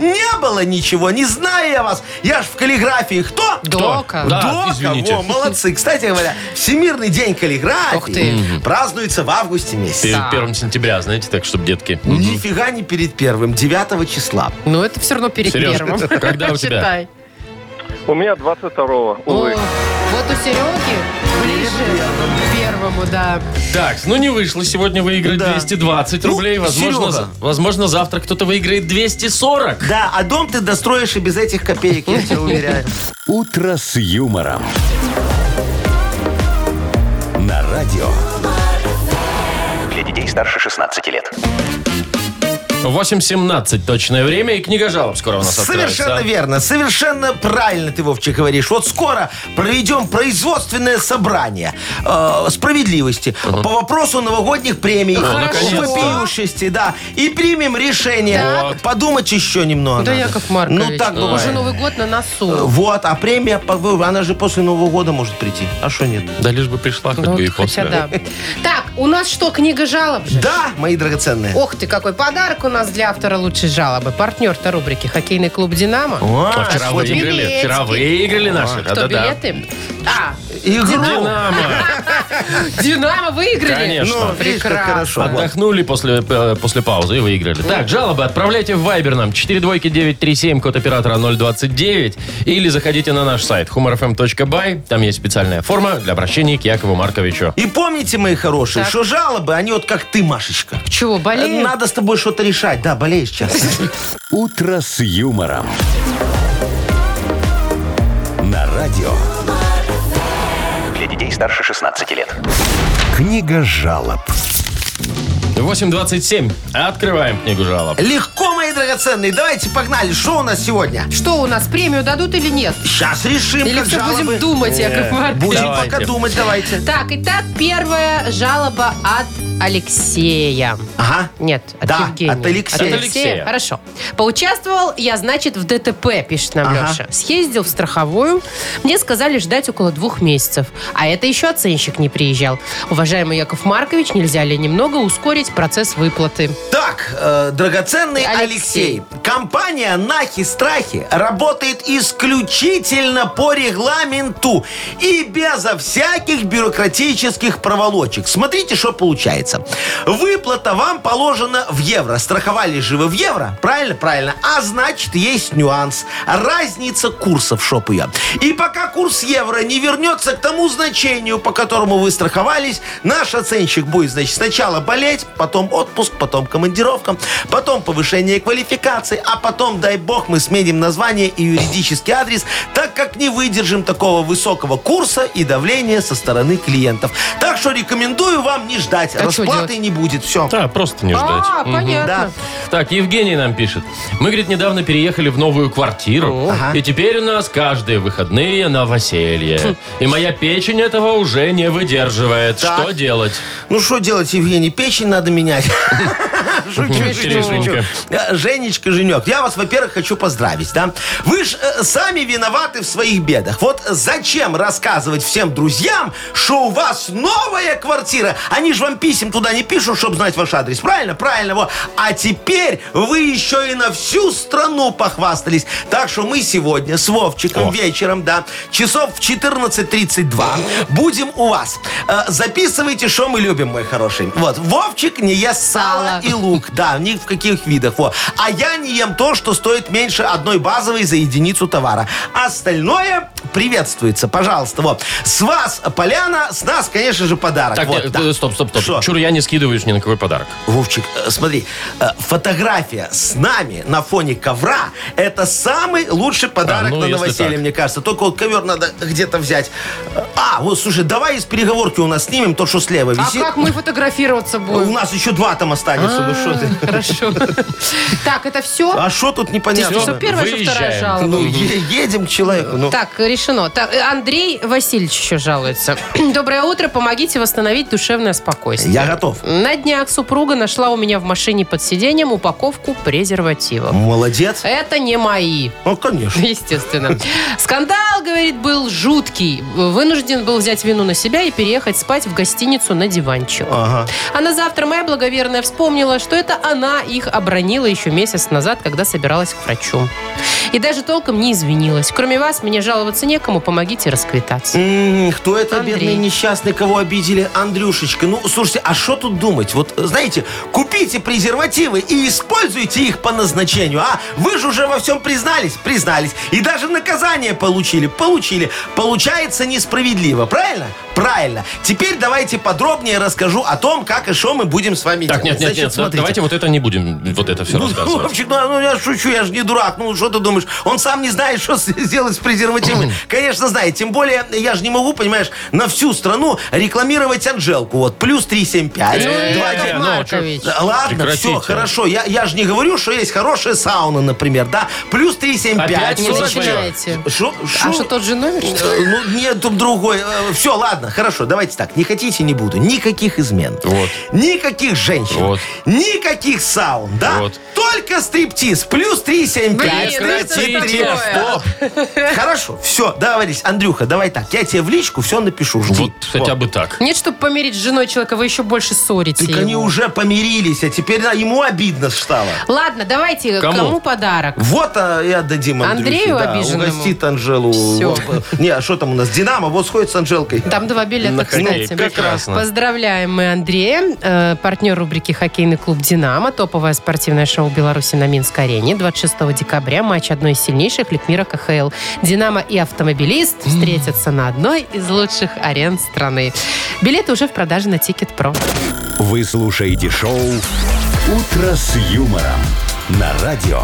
S3: не было ничего, не знаю я вас. Я ж в каллиграфии кто?
S2: Дока.
S1: Да,
S3: Дока,
S1: извините.
S3: во, молодцы. Кстати говоря, Всемирный день
S2: Ух ты.
S3: каллиграфии празднуется в августе месяце.
S1: Перед первым сентября, знаете, так, чтобы детки.
S3: Нифига не перед первым, 9 числа.
S2: Ну, это все равно перед
S1: Сереж,
S2: первым.
S1: <laughs> когда у тебя?
S2: Считай.
S7: У меня 22-го,
S2: О,
S7: увы.
S2: вот у Сереги ближе к первому, да.
S1: Так, ну не вышло сегодня выиграть
S3: Да.
S1: 220
S3: Ну,
S1: рублей. Возможно,
S3: Серега.
S1: за- возможно, завтра кто-то выиграет 240.
S3: Да, а дом ты достроишь и без этих копеек, я тебя уверяю.
S4: Утро с юмором. На радио
S5: Для детей старше 16 лет.
S1: 8.17 точное время, и книга жалоб скоро у <laughs> нас откроется.
S3: Совершенно верно, совершенно правильно ты, Вовчик, говоришь. Вот скоро проведем производственное собрание э, справедливости по вопросу новогодних премий.
S1: наконец-то.
S3: вопиющести, да. И примем решение.
S1: Так.
S3: Подумать еще немного.
S2: Да,
S3: надо.
S2: Яков Маркович,
S3: Ну так
S2: уже
S3: бывает.
S2: Новый год на носу.
S3: Вот, а премия, по выбору, она же после Нового года может прийти. А что нет?
S1: Да лишь бы пришла хоть
S2: Ну,
S1: бы и
S2: вот
S1: после.
S2: хотя да. Так, у нас что, книга жалоб же?
S3: Да, мои драгоценные.
S2: Ох ты, какой подарок у нас для автора лучшей жалобы? Партнер-то рубрики «Хоккейный клуб «Динамо».
S1: А вчера
S3: смотри.
S1: выиграли.
S2: билетики.
S1: Вчера выиграли наши.
S2: Кто,
S1: Да-да-да.
S2: билеты? А,
S3: Игру.
S1: Динамо.
S2: «Динамо» выиграли?
S1: Конечно.
S3: Ну, видишь, как
S2: Прекрасно.
S3: хорошо. Вот.
S1: Отдохнули после, э, после паузы и
S2: Ну.
S1: выиграли. Так, жалобы отправляйте в Viber нам 42937, код оператора 029, или заходите на наш сайт humorfm.by, там есть специальная форма для обращения к Якову Марковичу.
S3: И помните, мои хорошие,
S2: Так.
S3: что жалобы, они вот как ты, Машечка.
S2: Чего, болеем?
S3: Надо с тобой что-то решать. Да, болеешь
S2: <laughs>
S3: сейчас.
S4: «Утро с юмором». На радио.
S5: Для детей старше 16 лет.
S4: Книга жалоб.
S1: 8.27. Открываем книгу жалоб.
S3: Легко, мои драгоценные. Давайте погнали. Что у нас сегодня?
S2: Что у нас, премию дадут или нет?
S3: Сейчас решим,
S2: Или
S3: Ну, как
S2: все будем
S3: жалобы.
S2: думать, Яков Маркович?
S3: Будем
S1: Давайте.
S3: пока думать, давайте.
S2: Так, итак, первая жалоба от Алексея.
S3: Ага.
S2: Нет, от
S3: Да,
S2: Евгения.
S3: от Алексея.
S1: От Алексея.
S2: Хорошо. Поучаствовал я, значит, в ДТП, пишет нам
S3: Ага.
S2: Леша. Съездил в страховую. Мне сказали ждать около двух месяцев. А это еще оценщик не приезжал. Уважаемый Яков Маркович, нельзя ли немного ускорить процесс выплаты?
S3: Так, э, драгоценный
S2: Алексей.
S3: Алексей. компания «Нахи Страхи» работает исключительно по регламенту и безо всяких бюрократических проволочек. Смотрите, что получается. Выплата вам положена в евро. Страховали же вы в евро, правильно? Правильно. А значит, есть нюанс. Разница курсов, шоп ее. И пока курс евро не вернется к тому значению, по которому вы страховались, наш оценщик будет, значит, сначала болеть, потом отпуск, потом командировка, потом повышение квалификации, а потом, дай бог, мы сменим название и юридический адрес, так как не выдержим такого высокого курса и давления со стороны клиентов. Так что рекомендую вам не ждать.
S2: А что
S3: Расплаты не будет. Все.
S1: Да, просто не ждать.
S2: А, понятно.
S3: Да.
S1: Так, Евгений нам пишет. Мы, говорит, недавно переехали в новую квартиру.
S3: Ага.
S1: И теперь у нас каждые выходные новоселье. И моя печень этого уже не выдерживает.
S3: Так.
S1: Что делать?
S3: Ну что делать, Евгений, печень надо менять. Шучу, шучу,
S1: Интересненько.
S3: шучу. Э, Женечка, Женек, я вас, во-первых, хочу поздравить, да? Вы ж э, сами виноваты в своих бедах. Вот зачем рассказывать всем друзьям, что у вас новая квартира? Они же вам писем туда не пишут, чтобы знать ваш адрес. Правильно? Правильно. Во. А теперь вы еще и на всю страну похвастались. Так что мы сегодня с Вовчиком вечером, да, часов в 14.32 будем у вас. Э, Записывайте, что мы любим, мой хороший. Вот, Вовчик не ест
S2: Сало.
S3: сало и лук, да, ни в каких видах. Во. А я не ем то, что стоит меньше одной базовой за единицу товара. Остальное приветствуется, пожалуйста. Вот. С вас поляна, с нас, конечно же, подарок.
S1: Так,
S3: Вот,
S1: э,
S3: да.
S1: э, стоп, стоп, стоп.
S3: Шо?
S1: Чур, я не скидываюсь ни на какой подарок.
S3: Вовчик, э, смотри, э, фотография с нами на фоне ковра – это самый лучший подарок
S1: А, ну,
S3: на
S1: если
S3: новоселье,
S1: так.
S3: мне кажется. Только вот ковер надо где-то взять. А, вот, слушай, давай из переговорки у нас снимем то, что слева
S2: А
S3: висит.
S2: как мы фотографироваться
S3: У
S2: будем?
S3: нас еще два там останется,
S1: А.
S3: ну что
S2: <laughs>
S3: ты.
S2: Хорошо. Так, это все?
S3: А что тут
S2: Что
S3: непонятно?
S2: первая, что вторая
S1: Выезжаем.
S2: жалоба?
S3: Ну, е- едем к человеку. ну.
S2: Так, решено. Так, э, Андрей Васильевич еще жалуется. <clears throat> Доброе утро, помогите восстановить душевное спокойствие.
S3: Я готов.
S2: На днях супруга нашла у меня в машине под сиденьем упаковку презервативов.
S3: Молодец.
S2: Это не мои, <laughs>
S3: Ну, конечно.
S2: естественно. Скандал, говорит, был жуткий. Вынужден был взять вину на себя и переехать спать в гостиницу на диванчик.
S3: Ага.
S2: А на завтра моя благоверная вспомнила, что это она их обронила еще месяц назад, когда собиралась к врачу. И даже толком не извинилась. Кроме вас, мне жаловаться некому, помогите расквитаться.
S3: М, Кто это,
S2: Андрей.
S3: бедный несчастный, кого обидели? Андрюшечка. Ну, слушайте, а что тут думать? Вот, знаете, купите презервативы и используйте их по назначению, а? Вы же уже во всем признались? Признались. И даже наказание получили? Получили. Получается несправедливо, правильно? Правильно. Теперь давайте подробнее расскажу о том, как и что мы будем с вами
S1: Так,
S3: делать.
S1: нет, нет,
S3: Значит,
S1: нет,
S3: смотрите.
S1: давайте вот это не будем, вот это все
S3: Ну,
S1: рассказывать.
S3: Вовчик, ну, ну, я шучу, я же не дурак. Ну, что ты думаешь? Он сам не знает, что с- сделать с презервативами. Конечно, знает. Тем более, я же не могу, понимаешь, на всю страну рекламировать Анжелку. Вот, плюс 375.
S1: Э,
S3: Два-
S1: Яков
S3: Ну,
S2: Маркович.
S3: да, Ладно,
S1: Прекратите.
S3: все, хорошо. Я, я же не говорю, что есть хорошая сауна, например, да? Плюс 375.
S1: Опять
S2: Не
S1: Что за
S2: начинаете.
S3: Шо-
S2: А
S3: шо-
S2: что, тот же номер? что ли?
S3: Э, Ну, нет, тут другой. Все, ладно, хорошо, давайте так. Не хотите, не буду. Никаких измен.
S1: Вот.
S3: Никаких женщин.
S1: Вот.
S3: Никаких саун, да?
S1: Вот.
S3: Только стриптиз. Плюс
S2: Блин,
S3: 3,75.
S2: ну это же
S3: 33.
S2: такое. <laughs>
S3: Хорошо, все, договорились. Андрюха, давай так. Я тебе в личку все напишу. Жди.
S1: Вот хотя
S3: Во.
S1: бы так.
S2: Нет, чтобы помирить с женой человека, вы еще больше ссорите.
S3: Так они
S2: его.
S3: уже помирились, напрягись, а теперь а, ему обидно стало.
S2: Ладно, давайте
S1: Кому?
S2: кому, подарок?
S3: Вот а, и отдадим
S2: Андрею
S3: Андрюшу. да,
S2: обиженному?
S3: угостит Анжелу.
S2: Всё.
S3: Вот, э, не, а что там у нас? Динамо, вот сходит с Анжелкой. <laughs>
S2: Там два билета,
S1: На хоккей.
S2: кстати.
S1: Прекрасно.
S2: Поздравляем мы Андрея, э, партнер рубрики «Хоккейный клуб «Динамо», топовое спортивное шоу Беларуси на Минск-арене. 26 декабря матч одной из сильнейших лиг мира КХЛ. «Динамо» и «Автомобилист» встретятся на одной из лучших арен страны. Билеты уже в продаже на Тикет.Про.
S4: Вы слушаете шоу «Утро с юмором» на радио.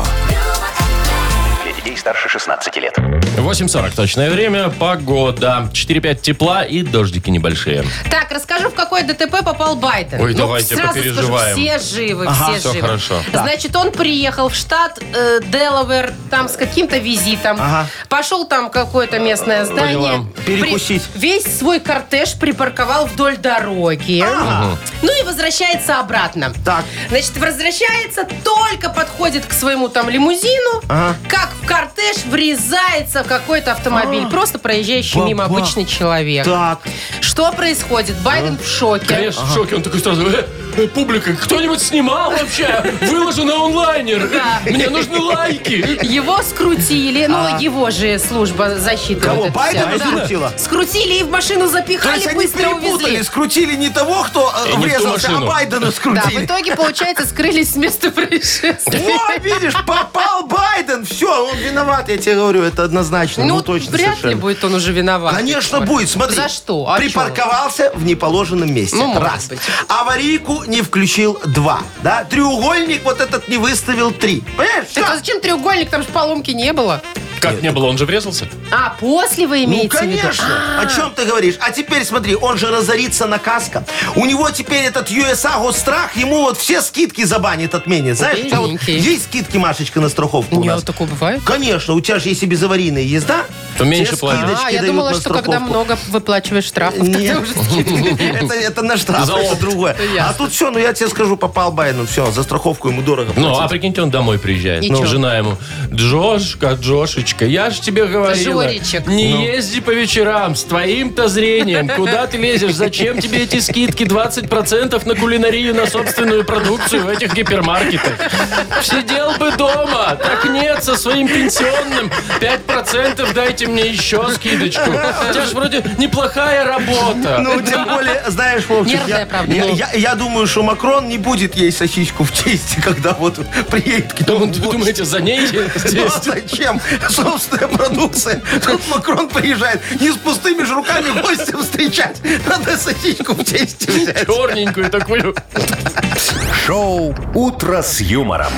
S5: Для детей старше 16 лет.
S1: 8.40 точное время, погода. 4-5 тепла и дождики небольшие.
S2: Так, расскажу, в какое ДТП попал Байден.
S1: Ой, давайте
S2: сразу
S1: попереживаем.
S2: скажу, все живы, все,
S1: всё
S2: живы.
S1: хорошо.
S2: Значит, он приехал в штат э, Делавер там с каким-то визитом.
S3: Ага.
S2: Пошел там какое-то местное здание.
S1: делам.
S2: При-
S3: Перекусить.
S2: весь свой кортеж припарковал вдоль дороги. Ну и возвращается обратно.
S3: Так.
S2: Значит, возвращается, только подходит к своему там лимузину,
S3: Ага.
S2: как в кортеж врезается в какой-то автомобиль, просто проезжающий мимо
S3: А. Баба.
S2: обычный человек.
S3: Так.
S2: Что происходит? Байден в шоке.
S1: Конечно, в шоке. Он такой сразу, «Э, э, публика, кто-нибудь снимал вообще? Выложу на онлайнер. Мне нужны лайки.
S2: Его скрутили, ну, его же служба защиты.
S3: А. Кого,
S2: вот эта
S3: Байдена
S2: вся. Да.
S3: скрутила?
S2: Скрутили и в машину
S3: То
S2: запихали,
S3: есть они
S2: быстро
S3: перепутали,
S2: увезли.
S3: скрутили не того, кто э,
S1: И не в ту
S3: врезался, а
S1: машину.
S3: Байдена
S2: Да, в
S3: скрутили.
S2: итоге, получается, скрылись с места происшествия.
S3: О, видишь, попал Байден. Все, он виноват, я тебе говорю, это однозначно. Ну, точно
S2: вряд
S3: совершенно.
S2: ли будет он уже виноват.
S3: Конечно, будет. Смотри.
S2: За что? А
S3: Припарковался в неположенном месте.
S2: Ну, может
S3: Раз.
S2: быть.
S3: Аварийку не включил. Два. Да? Треугольник вот этот не выставил. Три. Понимаешь?
S2: Так а
S3: Всё.
S2: зачем треугольник? Там же поломки не было.
S1: Как не было, он же врезался?
S2: А, после вы
S3: Ну,
S2: имеете в виду?
S3: конечно. О чем ты говоришь? А теперь смотри, он же разорится на каска. У него теперь этот USA гострах, ему вот все скидки забанит, отменит. Знаешь, у тебя вот
S2: Бедненький.
S3: есть скидки, Машечка, на
S2: А,
S3: страховку
S2: У
S3: у
S2: него
S3: нас?
S2: такое бывает?
S3: Конечно, у тебя же есть и безаварийная езда.
S1: То меньше
S3: тебе
S1: платят.
S3: скидочки
S2: А, я
S3: дают
S2: думала,
S3: на
S2: что когда
S3: страховку.
S2: много выплачиваешь штрафов, тогда
S3: Нет.
S2: уже скидывают.
S3: <laughs> Это, это на штраф,
S1: За
S3: это
S1: опт.
S3: другое.
S2: ясно.
S3: А тут все, ну я тебе скажу, попал Байден, все, за страховку ему дорого
S1: Ну, а
S3: платить.
S1: прикиньте, он домой приезжает.
S2: И
S1: ну,
S2: чё?
S1: жена ему. Джошка, Джошечка, я ж тебе говорила.
S2: Жоричек.
S1: Не езди по вечерам с твоим-то зрением. Куда ты лезешь? Зачем тебе эти скидки 20% на кулинарию, на собственную продукцию в этих гипермаркетах? Сидел бы дома. Так нет, со своим пенсионным 5% дайте мне еще скидочку. У тебя ж вроде неплохая работа.
S3: Ну, тем более, знаешь, Вовчик,
S2: Нервная
S3: я,
S2: правда.
S3: я-
S2: Ну.
S3: я- я думаю, что Макрон не будет есть сосиску в тесте, когда вот приедет к
S1: Да
S3: нему.
S1: вы думаете, за ней
S3: <laughs> Ну,
S1: здесь?
S3: а зачем? Собственная продукция. Тут Макрон приезжает. Не с пустыми же руками гостя встречать. Надо сосиску в тесте взять.
S1: Черненькую такую.
S4: Шоу «Утро с юмором».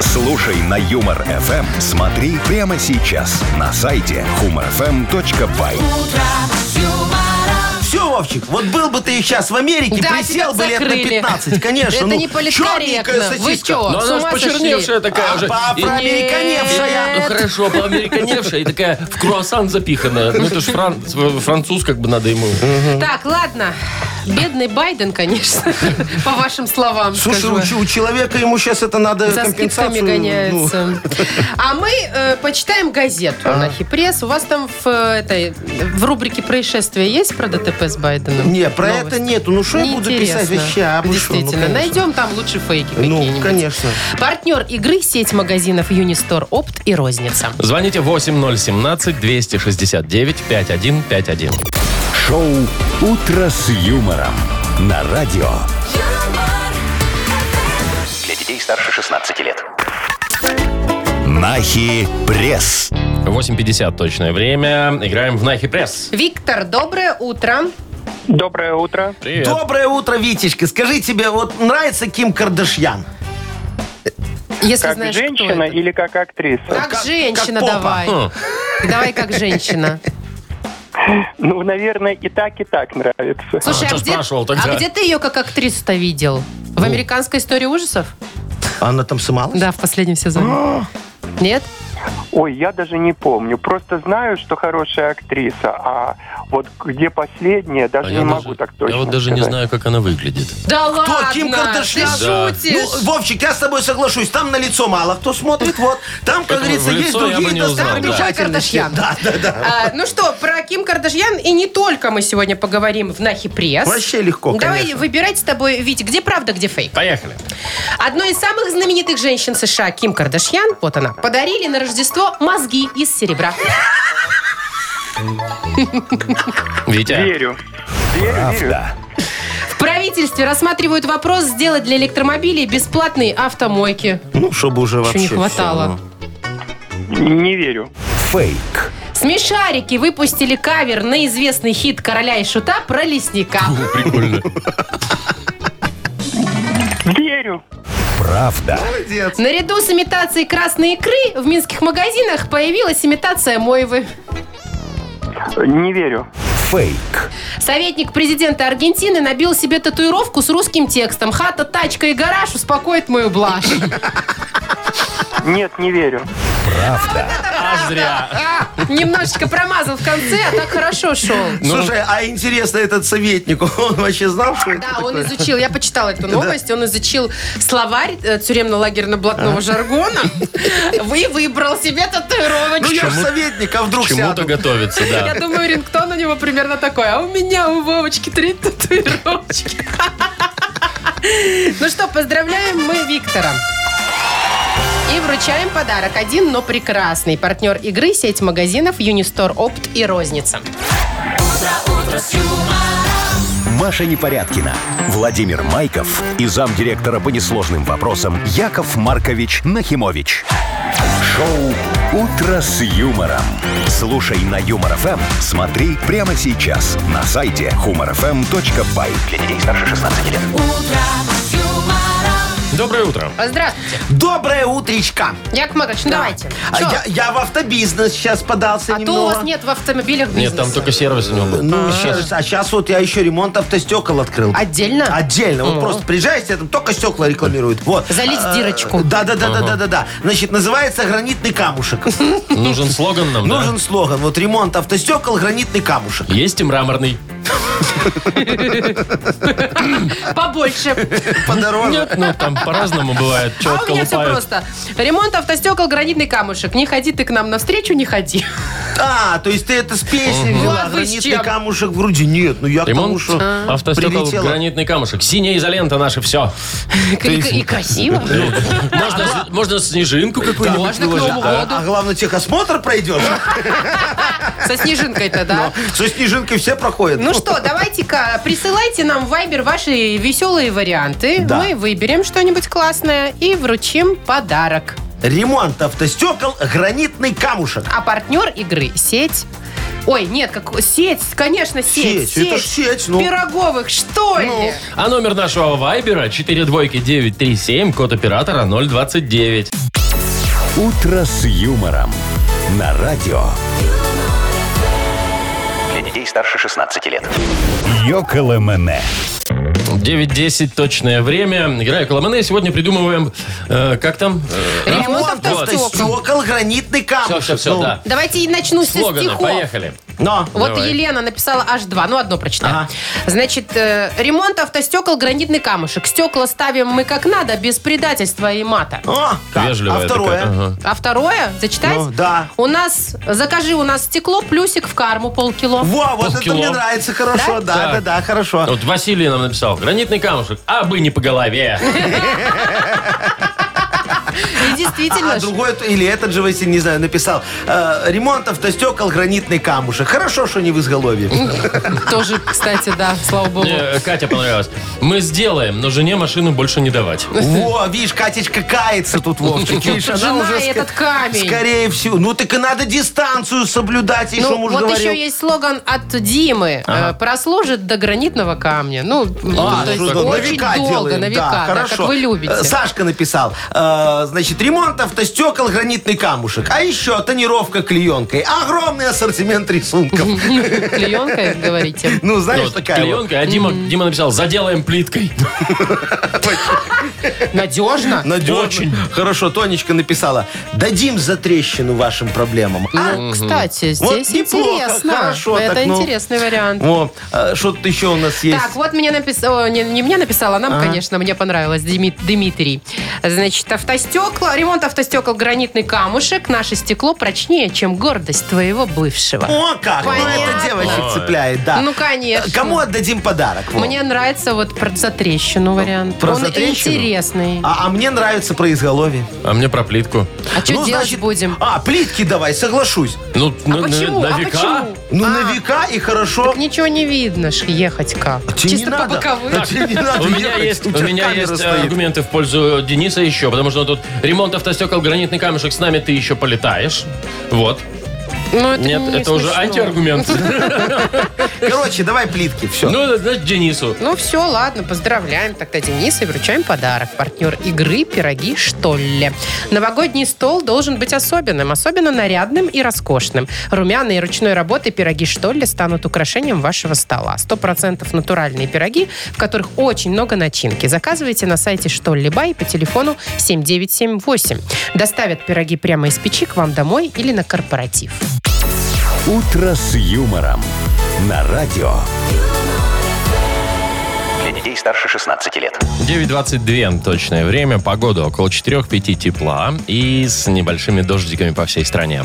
S4: Слушай на Юмор ФМ. Смотри прямо сейчас на сайте humorfm.by.
S3: Все, Вовчик, вот был бы ты сейчас в Америке,
S2: Да, тебя
S3: присел бы лет на
S2: закрыли.
S3: 15, конечно.
S2: Это
S3: ну,
S2: не
S3: черненькая
S2: политкорректно. Вы
S3: сосиска.
S1: Но
S2: что, с
S1: Ну, она же
S2: ума
S1: почерневшая
S2: сошли?
S1: такая
S3: А,
S1: уже. И-
S3: поафроамериканевшая.
S1: Ну
S2: Э,
S1: хорошо, поамериканевшая и такая в круассан запихана. Ну это ж фран- француз, как бы надо ему.
S2: Так, ладно. Бедный Байден, конечно, <laughs> по вашим словам.
S3: Слушай,
S2: скажу
S3: у,
S2: я.
S3: ч- у человека ему сейчас это надо
S2: За скидками
S3: компенсацию. ну,
S2: гоняется.
S3: <laughs>
S2: А мы э, почитаем газету на Хипресс. У вас там в, э, этой, в рубрике «Происшествия» есть про ДТП с Байденом?
S3: Не, про
S2: Новость?
S3: это нету. Ну что я буду писать
S2: Неинтересно.
S3: вообще? А вы что, ну,
S2: Действительно,
S3: конечно.
S2: найдем там лучше фейки
S3: Ну,
S2: какие-нибудь.
S3: конечно.
S2: Партнер игры сеть магазинов Юнистор Опт и Розница.
S1: Звоните 8017-269-5151.
S4: Шоу «Утро с юмором» на радио.
S5: Для детей старше 16 лет.
S4: Нахи пресс.
S1: 8.50 точное время. Играем в Нахи Пресс.
S2: Виктор, доброе утро.
S7: Доброе утро.
S1: Привет.
S3: Доброе утро, Витечка. Скажи тебе, вот нравится Ким Кардашьян?
S2: Если
S7: Как
S2: знаешь, кто
S7: женщина
S2: это.
S7: или как актриса?
S2: Как,
S3: Как-
S2: женщина
S3: как попа.
S2: давай.
S1: Хм.
S2: Давай как женщина.
S7: Ну, наверное, и так, и так нравится.
S2: Слушай,
S1: чё
S2: а, где,
S1: спрашивал тогда?
S2: а где ты ее как актрису-то видел? В «Американской истории ужасов»?
S3: Она там сама?
S2: Да, в последнем
S3: <gasps>
S2: сезоне. Нет?
S7: Ой, я даже не помню. Просто знаю, что хорошая актриса, а
S8: Вот где последняя, даже
S1: А
S8: не
S1: я
S8: могу
S1: даже-
S8: так точно
S1: Я вот даже не
S8: сказать.
S1: знаю, как она выглядит.
S2: Да
S3: Кто,
S2: ладно,
S3: Ким Кардашьян?
S2: ты
S1: Да.
S2: шутишь.
S3: Ну, Вовчик, я с тобой соглашусь. Там на лицо мало кто смотрит, вот. Там,
S1: Поэтому
S3: как говорится,
S1: в
S3: есть
S1: лицо я бы
S3: другие
S1: не узнал, да.
S3: достопримечательности.
S2: Кардашьян.
S3: Да, да, да.
S2: А, ну что, про Ким Кардашьян и не только мы сегодня поговорим в Нахи Пресс.
S3: Вообще легко,
S2: Давай
S3: конечно.
S2: выбирать с тобой, Вить, где правда, где фейк.
S1: Поехали.
S2: Одной из самых знаменитых женщин США, Ким Кардашьян, вот она, подарили на Рождество мозги из серебра.
S1: Витя.
S8: Верю. Верю, верю.
S2: В правительстве рассматривают вопрос сделать для электромобилей бесплатные автомойки.
S3: Ну, чтобы уже
S2: Еще
S3: вообще...
S2: не хватало.
S8: Не верю.
S4: Фейк.
S2: Смешарики выпустили кавер на известный хит «Короля и шута» про лесника.
S1: Прикольно.
S8: Верю.
S4: Правда.
S2: Наряду с имитацией красной икры в минских магазинах появилась имитация Мойвы.
S8: Не верю.
S4: Фейк.
S2: Советник президента Аргентины набил себе татуировку с русским текстом. Хата, тачка и гараж успокоит мою блажь. <laughs>
S8: Нет, не верю.
S1: А зря.
S2: Немножечко промазал в конце, а так хорошо шел.
S3: Слушай, а интересно, этот советник, <laughs> он вообще знал, что
S2: Ну,
S3: это
S2: Да, он
S3: такое?
S2: изучил, я почитала
S3: <laughs>
S2: эту новость, он изучил словарь э, тюремно-лагерно-блатного
S3: <laughs>
S2: жаргона и выбрал себе
S3: Ну,
S2: татуировочку.
S3: я же советник, а вдруг
S1: Чему-то
S3: сяду?
S1: готовится,
S2: <laughs> Я
S1: да.
S2: думаю, рингтон у него примерно такой. А у меня у Вовочки три татуировочки. <laughs> Ну что, поздравляем мы Виктора. И вручаем подарок. Один, но прекрасный. Партнер игры – сеть магазинов Юнистор Опт и Розница.
S4: Маша Непорядкина, Владимир Майков и замдиректора по несложным вопросам Яков Маркович Нахимович. Шоу «Утро с юмором». Слушай на Юмор ФМ, смотри прямо сейчас на сайте humorfm.by. Для детей старше 16 лет.
S1: Доброе утро.
S2: Здравствуйте.
S3: Доброе утречко.
S2: Яков Маркович, ну давайте.
S3: А
S2: Чё?
S3: я, я в автобизнес сейчас подался
S2: А то у
S3: немного.
S2: вас нет в автомобилях бизнеса.
S1: Нет, там только сервис у него был.
S3: Ну, сейчас, а сейчас вот я еще ремонт автостекол открыл.
S2: Отдельно?
S3: Отдельно. Вот просто приезжаешь, тебе там только стекла рекламируют. Вот.
S2: Залить
S3: А,
S2: дырочку.
S3: Да, да, да, да, да, да, да. Значит, называется гранитный
S2: <laughs>
S3: камушек.
S1: Нужен слоган нам, да?
S3: Нужен слоган. Вот ремонт автостекол, гранитный камушек.
S1: Есть и мраморный.
S2: Побольше.
S3: Подороже.
S1: Нет, ну там по-разному бывает. Чего
S2: А у меня все
S1: отколупают.
S2: просто. Ремонт автостекол, гранитный камушек. Не ходи ты к нам навстречу, не ходи.
S3: А, то есть ты это с песни
S2: Ну, а
S3: взяла,
S2: вы с
S3: гранитный
S2: чем? А.
S3: камушек в груди. Нет, ну я к тому,
S1: Ремонт
S3: что
S1: автостекол,
S3: прилетело.
S1: гранитный камушек. Синяя изолента наша, все.
S2: И красиво.
S1: ну, Можно, можно снежинку какую-нибудь.
S2: Можно к Новому
S3: А,
S2: году.
S3: а главное, техосмотр пройдет.
S2: <laughs> Со снежинкой-то, да.
S3: Со снежинкой все проходят.
S2: Ну что, давайте-ка присылайте нам в Вайбер ваши веселые варианты.
S3: Да.
S2: Мы выберем что-нибудь классное и вручим подарок.
S3: Ремонт автостекол, гранитный камушек.
S2: А партнер игры – сеть. Ой, нет, как сеть, конечно, сеть.
S3: Сеть, это ж сеть, ну.
S2: Пироговых, что ли?
S1: А номер нашего вайбера 42937, код оператора 029.
S4: «Утро с юмором» на радио
S5: Для детей старше 16 лет.
S4: «Йоколэмэне».
S1: 9.10 точное время. Играю Коломане. Сегодня придумываем, э, как там? Э,
S2: Ремонт
S3: Ремонт
S2: автостекол.
S3: автостекол, гранитный
S1: Все,
S3: камушек.
S1: все, все,
S3: Ну,
S1: да.
S2: Давайте и начну со
S1: Слоганы,
S2: стихов.
S1: поехали.
S3: Но.
S2: Вот
S1: Давай.
S2: Елена написала аж два, ну одно прочитаю.
S3: Ага.
S2: Значит, э, ремонт автостекол, гранитный камушек. Стекла ставим мы как надо, без предательства и мата.
S3: О, как?
S1: Вежливая
S3: а второе?
S1: такая, ага.
S2: А второе, зачитать?
S3: Ну, да.
S2: У нас, закажи у нас стекло, плюсик в карму полкило.
S3: Во, вот это
S1: Полкило.
S3: мне нравится, хорошо, да, да,
S1: Так.
S3: да, хорошо.
S1: Вот Василий нам написал. Гранитный камушек. А бы не по голове.
S2: И действительно,
S3: <laughs> А
S2: ж,
S3: другой, то- или этот же, Василий, не знаю, написал. э, ремонт автостекол, гранитный камушек. Хорошо, что не в
S2: <laughs>
S3: изголовье.
S2: тоже, кстати, да, слава богу.
S1: Мне э, Катя понравилась. Мы сделаем, но жене машину больше не давать.
S3: Во, видишь, Катечка кается тут, Вовчик. Видишь, она
S2: Жена
S3: уже
S2: и
S3: ска-
S2: этот камень.
S3: Скорее всего. Ну, так и надо дистанцию соблюдать, и что
S2: Ну,
S3: муж
S2: вот
S3: говорил.
S2: еще есть слоган от Димы. э, Прослужит до гранитного камня. Ну, ну,
S3: А,
S2: то есть
S3: ну, на
S2: очень
S3: века
S2: долго,
S3: делаем,
S2: на века,
S3: да,
S2: да,
S3: хорошо.
S2: как вы любите.
S3: Э, Сашка написал, э, значит, Значит, ремонт автостекол, гранитный камушек. А еще тонировка клеенкой. Огромный
S2: <laughs>
S3: ассортимент рисунков.
S2: Клеенкой,
S3: <laughs>
S2: говорите.
S3: Ну,
S1: Ну,
S3: знаешь,
S1: вот
S3: такая вот.
S1: клеенка, а Дима, Дима написал, заделаем плиткой.
S2: Надежно?
S3: Надежно.
S1: Очень.
S3: Хорошо, Тонечка написала. Дадим за трещину вашим проблемам. А?
S2: Ну, кстати, здесь
S3: Вот неплохо,
S2: интересно.
S3: хорошо
S2: Это
S3: так, ну.
S2: интересный вариант.
S3: О, а что-то еще у нас есть.
S2: Так, вот мне написал, не, не мне написал, а нам, конечно, мне понравилось, Дими- Дмитрий. Значит, автостекла, ремонт автостекол, гранитный камушек, наше стекло прочнее, чем гордость твоего бывшего.
S3: О, как! Ну,
S2: Понятно.
S3: это девочек цепляет, да.
S2: Ну, конечно.
S3: Кому отдадим подарок? Вов?
S2: Мне нравится вот про затрещину вариант.
S3: Ну, Про
S2: Он
S3: затрещину?
S2: интересный. А,
S3: А, а мне нравится про изголовье.
S1: А мне про плитку.
S2: что
S3: Ну,
S2: делать
S3: значит,
S2: будем?
S3: А, плитки давай, соглашусь.
S1: Ну,
S2: А
S1: на, на-
S2: почему?
S1: на
S2: а
S1: века.
S2: почему?
S3: Ну,
S2: А,
S3: на века и хорошо.
S2: так ничего не видно ж ехать как.
S3: А тебе не
S2: Чисто по
S3: надо.
S2: боковым.
S3: А тебе не надо
S1: У меня
S3: ехать,
S1: есть,
S3: у
S1: у
S3: тебя
S1: меня
S3: камера
S1: есть э,
S3: стоит.
S1: аргументы в пользу Дениса еще, потому что он тут ремонт автостекол, гранитный камешек, с нами ты еще полетаешь. Вот.
S2: Ну, это
S1: Нет,
S2: не
S1: это уже
S2: смешно. Ну,
S1: антиаргумент.
S3: Короче, давай плитки, все.
S1: Ну, это, значит, Денису.
S2: Ну все, ладно, поздравляем тогда Дениса и вручаем подарок. Партнер игры «Пироги, что ли?». Новогодний стол должен быть особенным, особенно нарядным и роскошным. Румяные ручной работы пироги что ли станут украшением вашего стола. 100% натуральные пироги, в которых очень много начинки. Заказывайте на сайте что ли бай по телефону 7978. Доставят пироги прямо из печи к вам домой или на корпоратив.
S4: «Утро с юмором» на радио.
S5: Для детей старше 16 лет.
S1: 9.22 точное время, погода около 4-5 тепла и с небольшими дождиками по всей стране.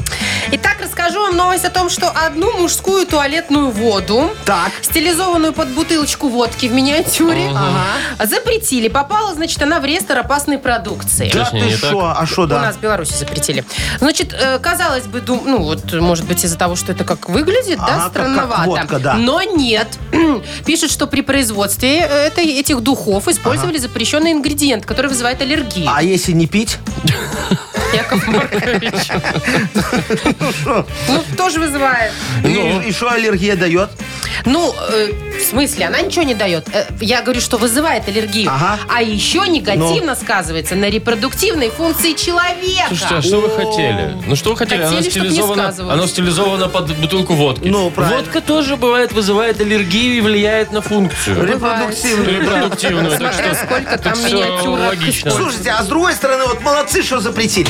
S2: Итак, расскажу вам новость о том, что одну мужскую туалетную воду,
S3: Так.
S2: стилизованную под бутылочку водки в миниатюре, ага, запретили. Попала, значит, она в реестр опасной продукции.
S1: Да
S3: Да
S1: Точнее,
S3: ты
S1: не так.
S3: шо? А что,
S2: У
S3: да?
S2: нас в Беларуси запретили. Значит, э, казалось бы, дум- ну вот, может быть, из-за того, что это как выглядит,
S3: Ага,
S2: да,
S3: как- как
S2: странновато.
S3: водка, да.
S2: Но нет. <clears throat> Пишут, что при производстве э, этой, этих духов использовали запрещенный ингредиент, который вызывает аллергию.
S3: А если не
S2: <laughs>
S3: пить?
S2: Яков
S3: <laughs>
S2: Маркович. Ну, тоже вызывает.
S1: Ну.
S3: И что аллергия дает?
S2: Ну, э, в смысле, она ничего не дает. Э, я говорю, что вызывает аллергию.
S3: Ага. Ну.
S2: А еще негативно сказывается на репродуктивной функции человека.
S1: Слушайте, а что вы хотели? Ну что вы хотели?
S2: Хотели,
S1: Оно
S2: чтоб не
S1: стилизовано,
S2: сказывалось.
S1: оно стилизовано под бутылку водки.
S3: Ну, правильно.
S1: Водка тоже бывает, вызывает аллергию и влияет на функцию.
S3: Репродуктивный.
S1: Репродуктивную. Так
S2: Смотря
S1: что
S2: сколько там
S1: всё
S2: миниатюрок.
S1: логично.
S3: <laughs> Слушайте, а с другой стороны, вот молодцы, что запретили.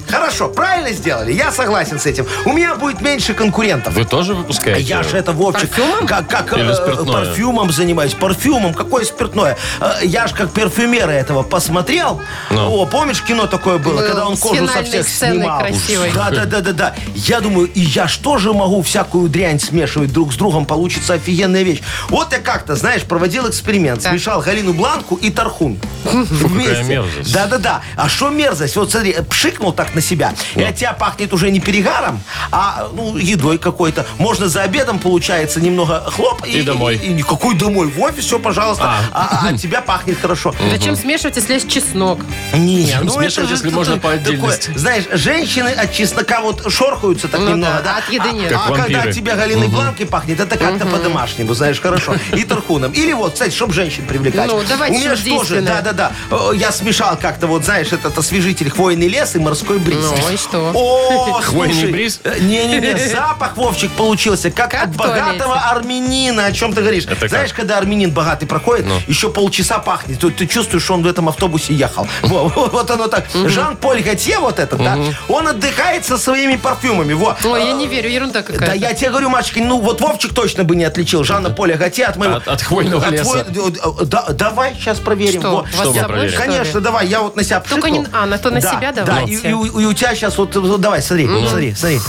S3: Хорошо, правильно сделали. Я согласен с этим. У меня будет меньше конкурентов.
S1: Вы тоже выпускаете?
S3: А Я же это, Вовчик,
S2: Парфюмом?
S3: как, как
S1: Или
S3: э,
S1: спиртное?
S3: парфюмом занимаюсь. Парфюмом, какое спиртное? Э, Я же как парфюмеры этого посмотрел.
S1: Ну.
S3: О, помнишь, кино такое было,
S2: Был,
S3: когда он
S2: с
S3: кожу со
S2: финальной
S3: всех
S2: сценой
S3: снимал.
S2: красивой.
S3: Да, да, да, да, да. Я думаю, и я ж тоже могу всякую дрянь смешивать друг с другом, получится офигенная вещь. Вот я как-то, знаешь, проводил эксперимент,
S2: Так.
S3: смешал Галину Бланку и Тархун.
S1: какая мерзость.
S3: Да, да, да. А что мерзость? Вот смотри, э, пшикнул так на себя. И от тебя пахнет уже не перегаром, а ну, едой какой-то. Можно за обедом, получается, немного хлоп.
S1: И домой.
S3: И, никакой домой. В офис, все, пожалуйста.
S1: А.
S3: А, а от тебя пахнет хорошо.
S2: Зачем смешивать, если есть чеснок?
S3: Не, ну
S1: Зачем
S2: ну,
S1: смешивать, если
S3: такое-
S1: можно по отдельности?
S3: знаешь, женщины от чеснока вот шорхаются так
S2: Ну
S3: немного,
S2: да,
S3: да?
S2: а от еды
S3: А-
S2: нет.
S1: Как
S3: А, когда
S1: вампиры.
S3: от тебя Галиной Бланкой пахнет, это как-то по-домашнему, знаешь, хорошо. И тархуном. Или вот, кстати, чтобы женщин привлекать.
S2: Ну, давайте
S3: У меня
S2: что-то
S3: ж тоже,
S2: действенное.
S3: да-да-да, э, я смешал как-то, вот, знаешь, этот освежитель хвойный лес и морской бриз.
S2: Ну, и что?
S3: О,
S1: Хвойный
S3: слушай,
S1: бриз?
S3: э, Не-не-не, запах, Вовчик, получился, как
S2: Как
S3: от
S2: в туалете.
S3: богатого армянина, о чем ты говоришь.
S1: Это как? Ну.
S3: Знаешь, когда армянин богатый проходит, еще полчаса пахнет. Ты, ты чувствуешь, что он в этом автобусе ехал. Во, <laughs> Вот, оно так. Жан-Поль Готье вот этот, да, он отдыхает со своими парфюмами. Во.
S2: Ой, я не верю, ерунда какая-то.
S3: А. Да я тебе говорю, Машечка, ну вот Вовчик точно бы не отличил Жанна Поля Готье от моего...
S1: От- от хвойного леса.
S3: хвой- э, да- давай сейчас проверим.
S2: Что,
S3: Во.
S2: вас Что
S1: мы собой, проверим? что ли?
S3: Конечно, давай, я вот на себя
S2: Только
S3: пшикнул.
S2: не- а, на то на себя
S3: да, Да, и,
S2: давайте.
S3: и у- и у тебя сейчас вот... вот Давай, смотри, смотри, смотри.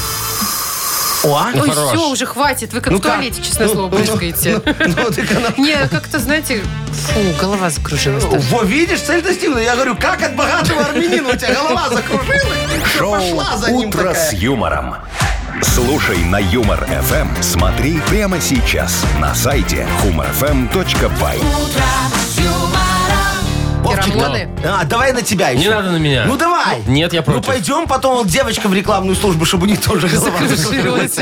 S3: О,
S2: Ой,
S1: хорош.
S2: все, уже хватит. Вы как
S3: Ну
S2: в
S3: как?
S2: туалете, честное слово, брызгаете.
S3: ну ты канал.
S2: Не, как-то, знаете, фу, голова закружилась. даже.
S3: Во, видишь, цель достигнута. Я говорю, как от богатого армянина у тебя голова закружилась? Всё,
S4: Шоу
S3: пошла за ним
S4: «Утро с
S3: такая.
S4: юмором». Слушай на Юмор ФМ. Смотри прямо сейчас на сайте humorfm.by.
S3: О, Вовчик,
S2: Феромоны.
S3: да- а, давай на тебя еще.
S1: Не надо на меня.
S3: Ну давай.
S1: Ну, нет, я против.
S3: Ну пойдем потом вот девочка в рекламную службу, чтобы у них тоже голова
S2: Закружилась.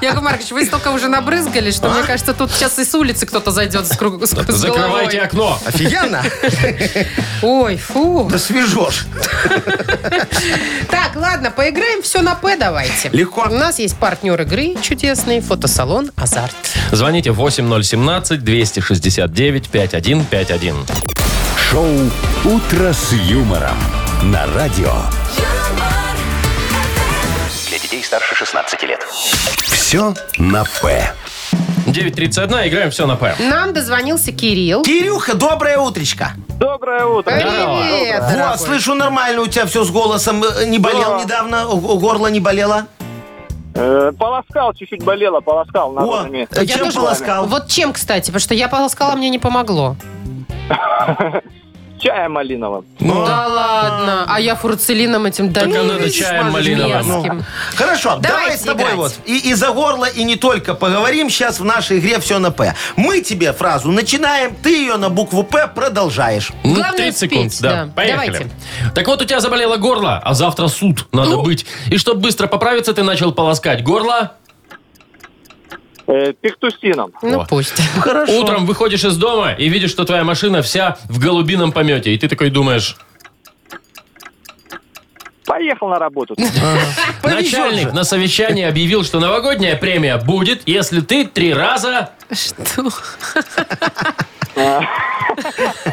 S2: Яков Маркович, вы столько уже набрызгали, что,
S3: А?
S2: мне кажется, тут сейчас и с улицы кто-то зайдет с, круг... с- с головой.
S1: Закрывайте окно.
S3: Офигенно.
S2: Ой, фу.
S3: Да свежешь.
S2: Так, ладно, поиграем все на «П» давайте.
S3: Легко.
S2: У нас есть партнер игры чудесный, фотосалон «Азарт».
S1: Звоните 8017-269-5151.
S4: Шоу «Утро с юмором» на радио.
S9: юмор,
S5: Для детей старше 16 лет.
S4: Все на «П».
S1: 9.31, играем все на П.
S2: Нам дозвонился Кирилл.
S3: Кирюха, доброе утречко.
S7: Доброе утро.
S2: Привет,
S3: Вот,
S2: дорогой.
S3: слышу, нормально у тебя все с голосом. Э, Не болел
S7: Да.
S3: недавно, г- горло не болело.
S7: Э, полоскал, чуть-чуть болело, полоскал. На
S3: О,
S7: ровном месте.
S3: э,
S2: Я
S3: чем
S2: тоже-
S3: полоскал?
S2: Вот чем, кстати, потому что я полоскала, мне не помогло.
S7: Чаем малиновым.
S3: Ну,
S2: Да ладно, а я фурцелином этим
S1: а
S2: давила.
S1: надо чаем малиновым.
S2: мерзким.
S3: Ну, Хорошо, давай
S2: Давайте
S3: с тобой
S2: играть.
S3: вот и, и за горло, и не только поговорим. Сейчас в нашей игре все на «П». Мы тебе фразу начинаем, ты ее на букву «П» продолжаешь.
S1: Ну,
S2: Главное
S1: 30
S2: успеть,
S1: секунд, да.
S2: да.
S1: Поехали.
S2: Давайте. Ну?
S1: Так вот, у тебя заболело горло, а завтра суд надо быть. И чтобы быстро поправиться, ты начал полоскать горло.
S7: Э, пиктусином.
S2: Ну
S1: О.
S2: пусть.
S1: Утром выходишь из дома и видишь, что твоя машина вся в голубином помете. И ты такой думаешь,
S7: Поехал на работу.
S3: Э,
S1: начальник на совещании объявил, что новогодняя премия будет, если ты три раза...
S2: Что? <laughs>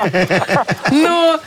S2: Ну,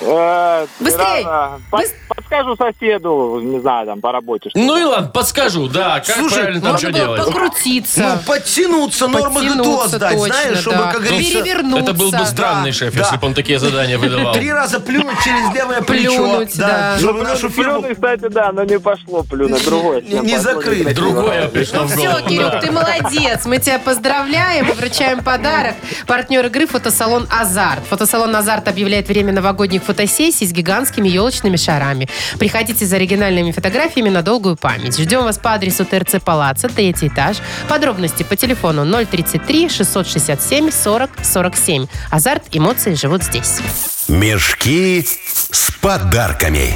S7: Э,
S2: Быстрей!
S7: рано. Под-
S2: Быс-
S7: Подскажу соседу, не знаю, там, по работе. что-то.
S1: Ну и ладно, подскажу, да, как
S3: Слушай,
S1: правильно там
S2: можно
S1: что
S2: было
S1: делать.
S3: Ну,
S2: покрутиться.
S3: подтянуться, нормы ГДО
S2: подтянуться
S3: сдать,
S2: точно,
S3: знаешь, чтобы,
S2: да.
S3: как говорится...
S2: Перевернуться.
S1: Это был бы странный
S3: Да,
S1: шеф,
S3: да.
S1: если бы он такие задания выдавал.
S3: Три раза плюнуть через левое плечо.
S2: Плюнуть, да.
S3: Чтобы
S7: Ну,
S3: нашу фирму
S7: плюнуть, кстати, да, но не пошло плюнуть. Другое.
S3: Не-
S7: всем
S3: не
S7: пошло,
S3: закрыли.
S7: красиво.
S1: Другое пришло в
S2: Все,
S1: голову.
S2: Кирюх,
S1: да.
S2: ты молодец. Мы тебя поздравляем и вручаем подарок. Партнер игры фотосалон «Азарт». Фотосалон «Азарт» объявляет время новогодних фотосессий с гигантскими елочными шарами. Приходите за оригинальными фотографиями на долгую память. Ждем вас по адресу ТРЦ Палаца, третий этаж. Подробности по телефону 033 667 40 47. «Азарт» эмоции живут здесь.
S4: Мешки с подарками.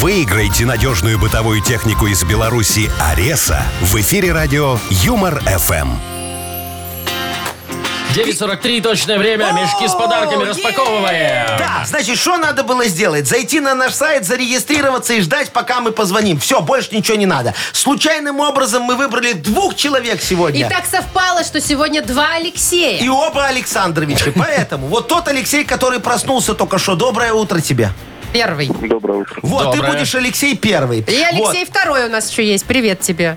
S4: Выиграйте надежную бытовую технику из Беларуси «Ареса» в эфире радио Эм». «Юмор-ФМ».
S1: 9.43 точное время. Мешки с подарками распаковываем.
S3: Да, значит, что надо было сделать? Зайти на наш сайт, зарегистрироваться и ждать, пока мы позвоним. Все, больше ничего не надо. Случайным образом мы выбрали двух человек
S2: И
S3: сегодня.
S2: так совпало, что сегодня два Алексея.
S3: И оба Александровича. Поэтому вот тот Алексей, который проснулся только что. Доброе утро тебе.
S2: Первый.
S8: Доброе утро.
S3: Вот,
S1: Доброе.
S3: ты будешь Алексей первый.
S2: И Алексей второй у нас еще есть. Привет тебе.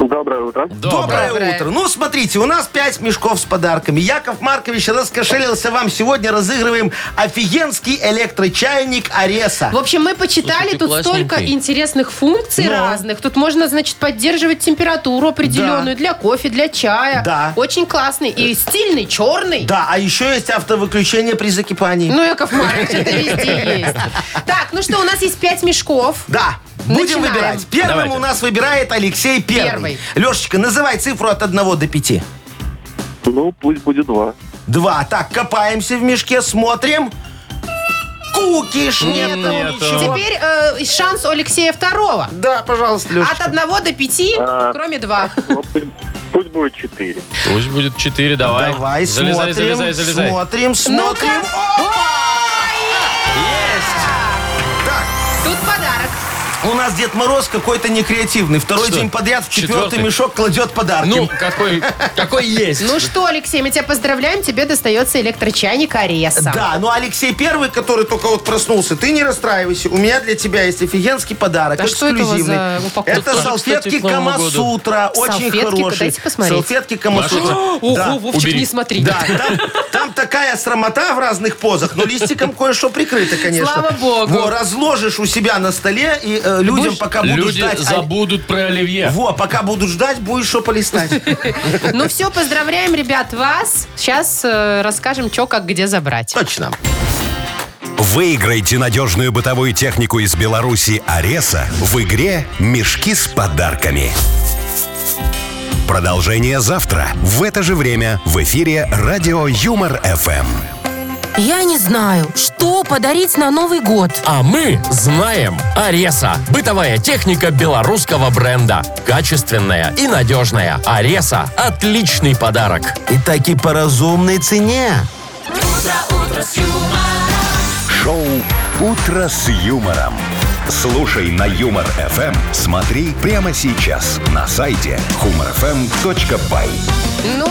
S8: Доброе утро.
S3: Доброе,
S2: Доброе.
S3: утро. Ну, смотрите, у нас 5 мешков с подарками. Яков Маркович раскошелился вам. Сегодня разыгрываем офигенский электрочайник Ареса.
S2: В общем, мы почитали
S1: Слушай, ты
S2: тут столько
S1: классненький.
S2: интересных функций
S3: Но.
S2: разных. Тут можно, значит, поддерживать температуру определенную для кофе, для чая.
S3: Да.
S2: Очень классный и стильный, черный.
S3: Да, а еще есть автовыключение при закипании.
S2: Ну, Яков Маркович, это
S3: <laughs>
S2: везде есть. Так, ну что, у нас есть пять мешков.
S3: Да. Будем
S2: Начинаем.
S3: выбирать. Первым
S1: Давайте.
S3: у нас выбирает Алексей Первый.
S2: Первый.
S3: Лешечка, называй цифру от 1 до 5.
S8: Ну, пусть будет два.
S3: Два. Так, копаемся в мешке, смотрим. Кукиш, нет, там
S1: нету.
S3: ничего.
S2: Теперь э, шанс у Алексея второго.
S3: Да, пожалуйста,
S2: От
S3: Лешечка.
S2: одного до пяти,
S8: А.
S2: кроме два.
S8: Вот пусть- Пусть будет четыре.
S1: Пусть будет 4, давай.
S3: Давай,
S1: залезай,
S3: смотрим,
S1: залезай, залезай.
S3: смотрим, смотрим.
S2: Тут подарок.
S3: Опа! У нас Дед Мороз какой-то некреативный. Второй
S1: Что?
S3: день подряд в четвертый,
S1: Четвертый?
S3: мешок кладет подарки.
S1: Ну, какой, какой есть.
S2: Ну что, Алексей, мы тебя поздравляем. Тебе достается электрочайник Ареса.
S3: Да, ну Алексей Первый, который только вот проснулся, ты не расстраивайся. У меня для тебя есть офигенский подарок,
S2: Да что это у вас
S3: эксклюзивный.
S2: за упаковка?
S3: Это
S1: Тоже, кстати,
S3: салфетки
S1: к Новому году.
S3: Камасутра, очень
S2: Салфетки?
S3: хорошие.
S2: Дайте посмотреть.
S3: Салфетки Камасутра. Да.
S1: Вовчик, не
S2: смотри.
S3: Да, там, там такая срамота в разных позах, но листиком кое-что прикрыто, конечно.
S2: Слава богу.
S3: Во, разложишь у себя на столе, и э, людям, пока будут
S1: Люди
S3: ждать... а-
S1: забудут про оливье.
S3: Во, пока будут ждать, будешь что полистать.
S2: <laughs> Ну все, поздравляем, ребят, вас. Сейчас э, расскажем, что как где забрать.
S3: Точно.
S4: Выиграйте надежную бытовую технику из Беларуси «Ареса» в игре «Мешки с подарками». Продолжение завтра в это же время в эфире радио «Юмор-ФМ».
S9: Я не знаю, что подарить на Новый год.
S1: А мы знаем Ареса. Бытовая техника белорусского бренда. Качественная и надежная. Ареса – отличный подарок.
S3: И таки по разумной цене.
S4: Шоу «Утро с юмором». Слушай на Юмор ФМ. Смотри прямо сейчас на сайте humorfm.by.
S2: Ну,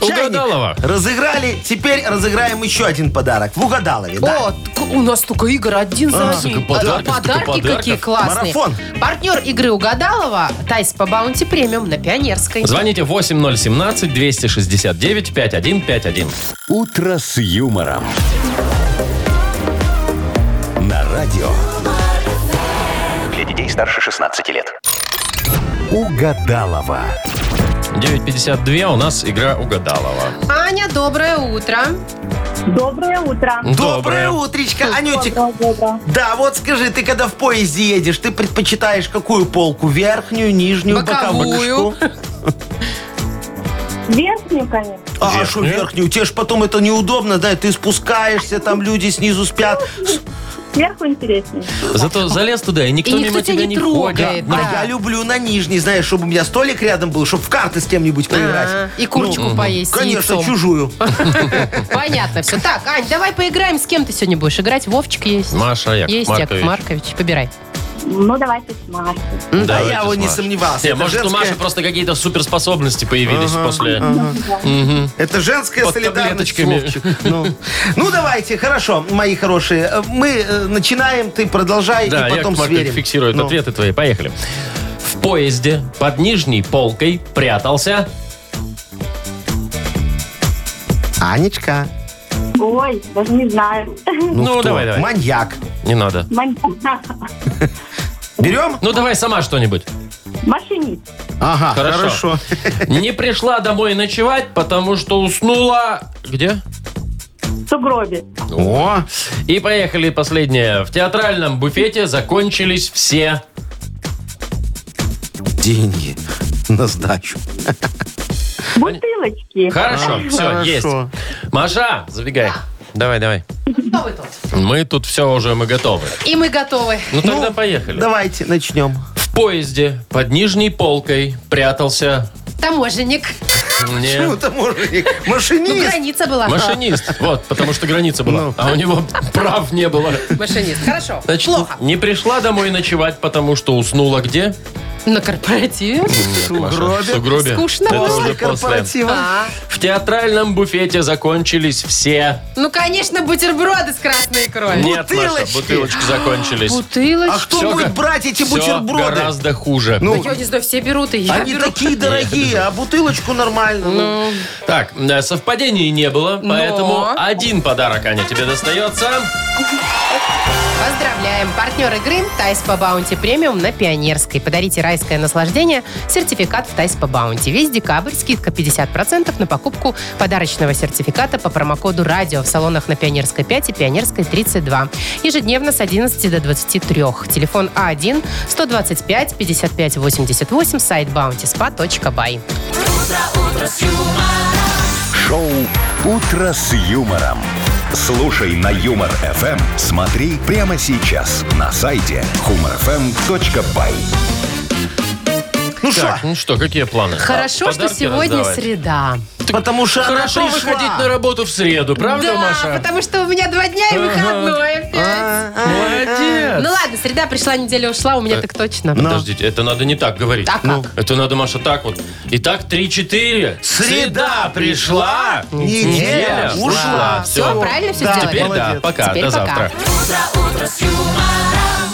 S1: Угадалова.
S3: Разыграли, теперь разыграем еще один подарок. В угадалове, да.
S2: о, к- у нас только игр один за одним.
S1: столько подарков,
S2: А,
S1: столько
S2: подарки
S1: подарков.
S2: какие классные.
S3: Марафон.
S2: Партнер игры Угадалова Тайс по баунти премиум на Пионерской.
S1: Звоните 8017-269-5151.
S4: «Утро с юмором». На радио
S5: Для детей старше 16 лет.
S4: «Угадалова».
S1: 9.52 а у нас игра угадалова.
S2: Аня, доброе утро.
S10: Доброе утро.
S3: Доброе утречко, Анютик.
S10: Доброе.
S3: Да, вот скажи, ты когда в поезде едешь, ты предпочитаешь какую полку? Верхнюю, нижнюю,
S2: Боковую.
S3: боковушку?
S10: Верхнюю, конечно.
S3: А а что верхнюю? Тебе ж потом это неудобно, да? Ты спускаешься, там люди снизу спят. С-
S10: Сверху интереснее.
S1: Зато залез туда, и никто,
S2: И никто
S1: мимо
S2: тебя
S1: тебя не
S2: не
S1: ходит.
S2: трогает.
S3: А
S2: Да.
S3: я люблю на нижней, знаешь, чтобы у меня столик рядом был, чтобы в карты с кем-нибудь
S2: А,
S3: поиграть. Ну,
S2: И курочку поесть. с
S3: Конечно,
S2: яйцом.
S3: <laughs> чужую.
S2: Понятно все. Так, Ань, давай поиграем. С кем ты сегодня будешь играть? Вовчик есть.
S1: Маша, Яков
S2: Есть Яков
S1: Маркович.
S2: Маркович. Выбирай.
S10: Ну, давайте с Машей.
S3: Да,
S1: Давайте
S3: я
S1: с
S3: вот не
S1: Машей.
S3: сомневался.
S1: Не,
S3: Это
S1: может, у
S3: женская-
S1: Маши просто какие-то суперспособности появились после...
S3: Это женская
S1: Под
S3: солидарность,
S1: таблеточками.
S3: Вовчик. <laughs> Ну. ну, давайте, хорошо, мои хорошие. Э, Мы э, начинаем, ты продолжай,
S1: Да,
S3: и потом
S1: Яков Маркович
S3: сверим.
S1: фиксирует
S3: Ну.
S1: ответы твои. Поехали. В поезде под нижней полкой прятался...
S3: Анечка.
S10: Ой, даже не знаю. <laughs>
S1: Ну,
S3: кто?
S1: давай, давай.
S3: Маньяк.
S1: Не надо.
S10: Ман-
S3: Берем?
S1: Ну, давай сама
S3: <laughs>
S1: что-нибудь.
S10: Машинист.
S3: Ага,
S1: Хорошо. Не пришла домой ночевать, потому что уснула... Где?
S10: В сугробе.
S3: <laughs> О,
S1: И поехали последнее. В театральном буфете закончились все...
S3: деньги на сдачу.
S10: Бутылочки.
S1: Хорошо, все,
S3: А, Хорошо.
S1: есть. Маша, забегай. Давай, давай.
S2: Готовы тут.
S1: Мы тут все уже, мы готовы.
S2: И мы готовы.
S1: Ну, тогда
S3: Ну,
S1: поехали.
S3: Давайте начнем.
S1: В поезде под нижней полкой прятался...
S2: Таможенник.
S1: не,
S3: Почему-то мужик.
S2: Ну,
S3: Машинист.
S2: граница была.
S1: Машинист. Вот, потому что граница была.
S3: Ну.
S1: А у него прав не было.
S2: Машинист. Хорошо.
S1: Значит,
S2: Плохо.
S1: не пришла домой ночевать, потому что уснула где?
S2: На корпоративе.
S1: Нет, Маша,
S3: сугробе.
S1: В сугробе.
S2: Скучно
S1: Это
S2: после
S1: уже после.
S3: корпоратива.
S2: А,
S1: В театральном буфете закончились все.
S2: Ну, конечно, бутерброды с красной икрой.
S1: Нет, Маша,
S3: Бутылочки.
S1: бутылочки закончились.
S3: А
S2: Бутылочки.
S3: кто
S1: Всё
S3: будет
S1: га-
S3: брать эти
S1: всё
S3: бутерброды?
S1: гораздо хуже.
S3: Ну,
S2: Я не знаю, все берут, и я
S3: Они
S2: беру.
S3: такие дорогие, а бутылочку нормально. Ну,
S1: Так, э, совпадений не было,
S2: Но.
S1: поэтому один подарок, Аня, тебе достается.
S2: Поздравляем! Партнер игры «Тайс по баунти премиум» на Пионерской. Подарите райское наслаждение, сертификат в «Тайс по баунти». Весь декабрь скидка 50% на покупку подарочного сертификата по промокоду «Радио» в салонах на Пионерской 5 и Пионерской 32. Ежедневно с 11 до 23. Телефон А А1-125-55-88, сайт bountyspa.by.
S4: Шоу «Утро с юмором». Слушай на Юмор ФМ. Смотри прямо сейчас на сайте humorfm.by.
S3: что?
S1: Так, ну что, какие планы?
S2: Хорошо, что
S1: Подарки
S2: сегодня
S1: раздавать?
S2: среда.
S3: Потому что она
S1: Хорошо
S3: пришла.
S1: выходить на работу в среду, правда,
S2: да,
S1: Маша?
S2: потому что у меня два дня и выходной опять.
S1: Молодец.
S2: Ну ладно, среда пришла, неделя ушла, у
S1: Э,
S2: меня так точно.
S1: Подождите, это надо не так говорить. Ну,
S2: А как?
S1: Это надо, Маша, так вот. Итак, 3-4.
S3: Среда
S1: пришла.
S3: Неделя
S1: Неделя
S3: ушла.
S1: ушла.
S2: Все,
S1: Всё.
S2: правильно все
S3: Да,
S2: сделали?
S1: Теперь да,
S3: Молодец.
S1: пока,
S2: Теперь
S1: до
S2: пока.
S1: завтра.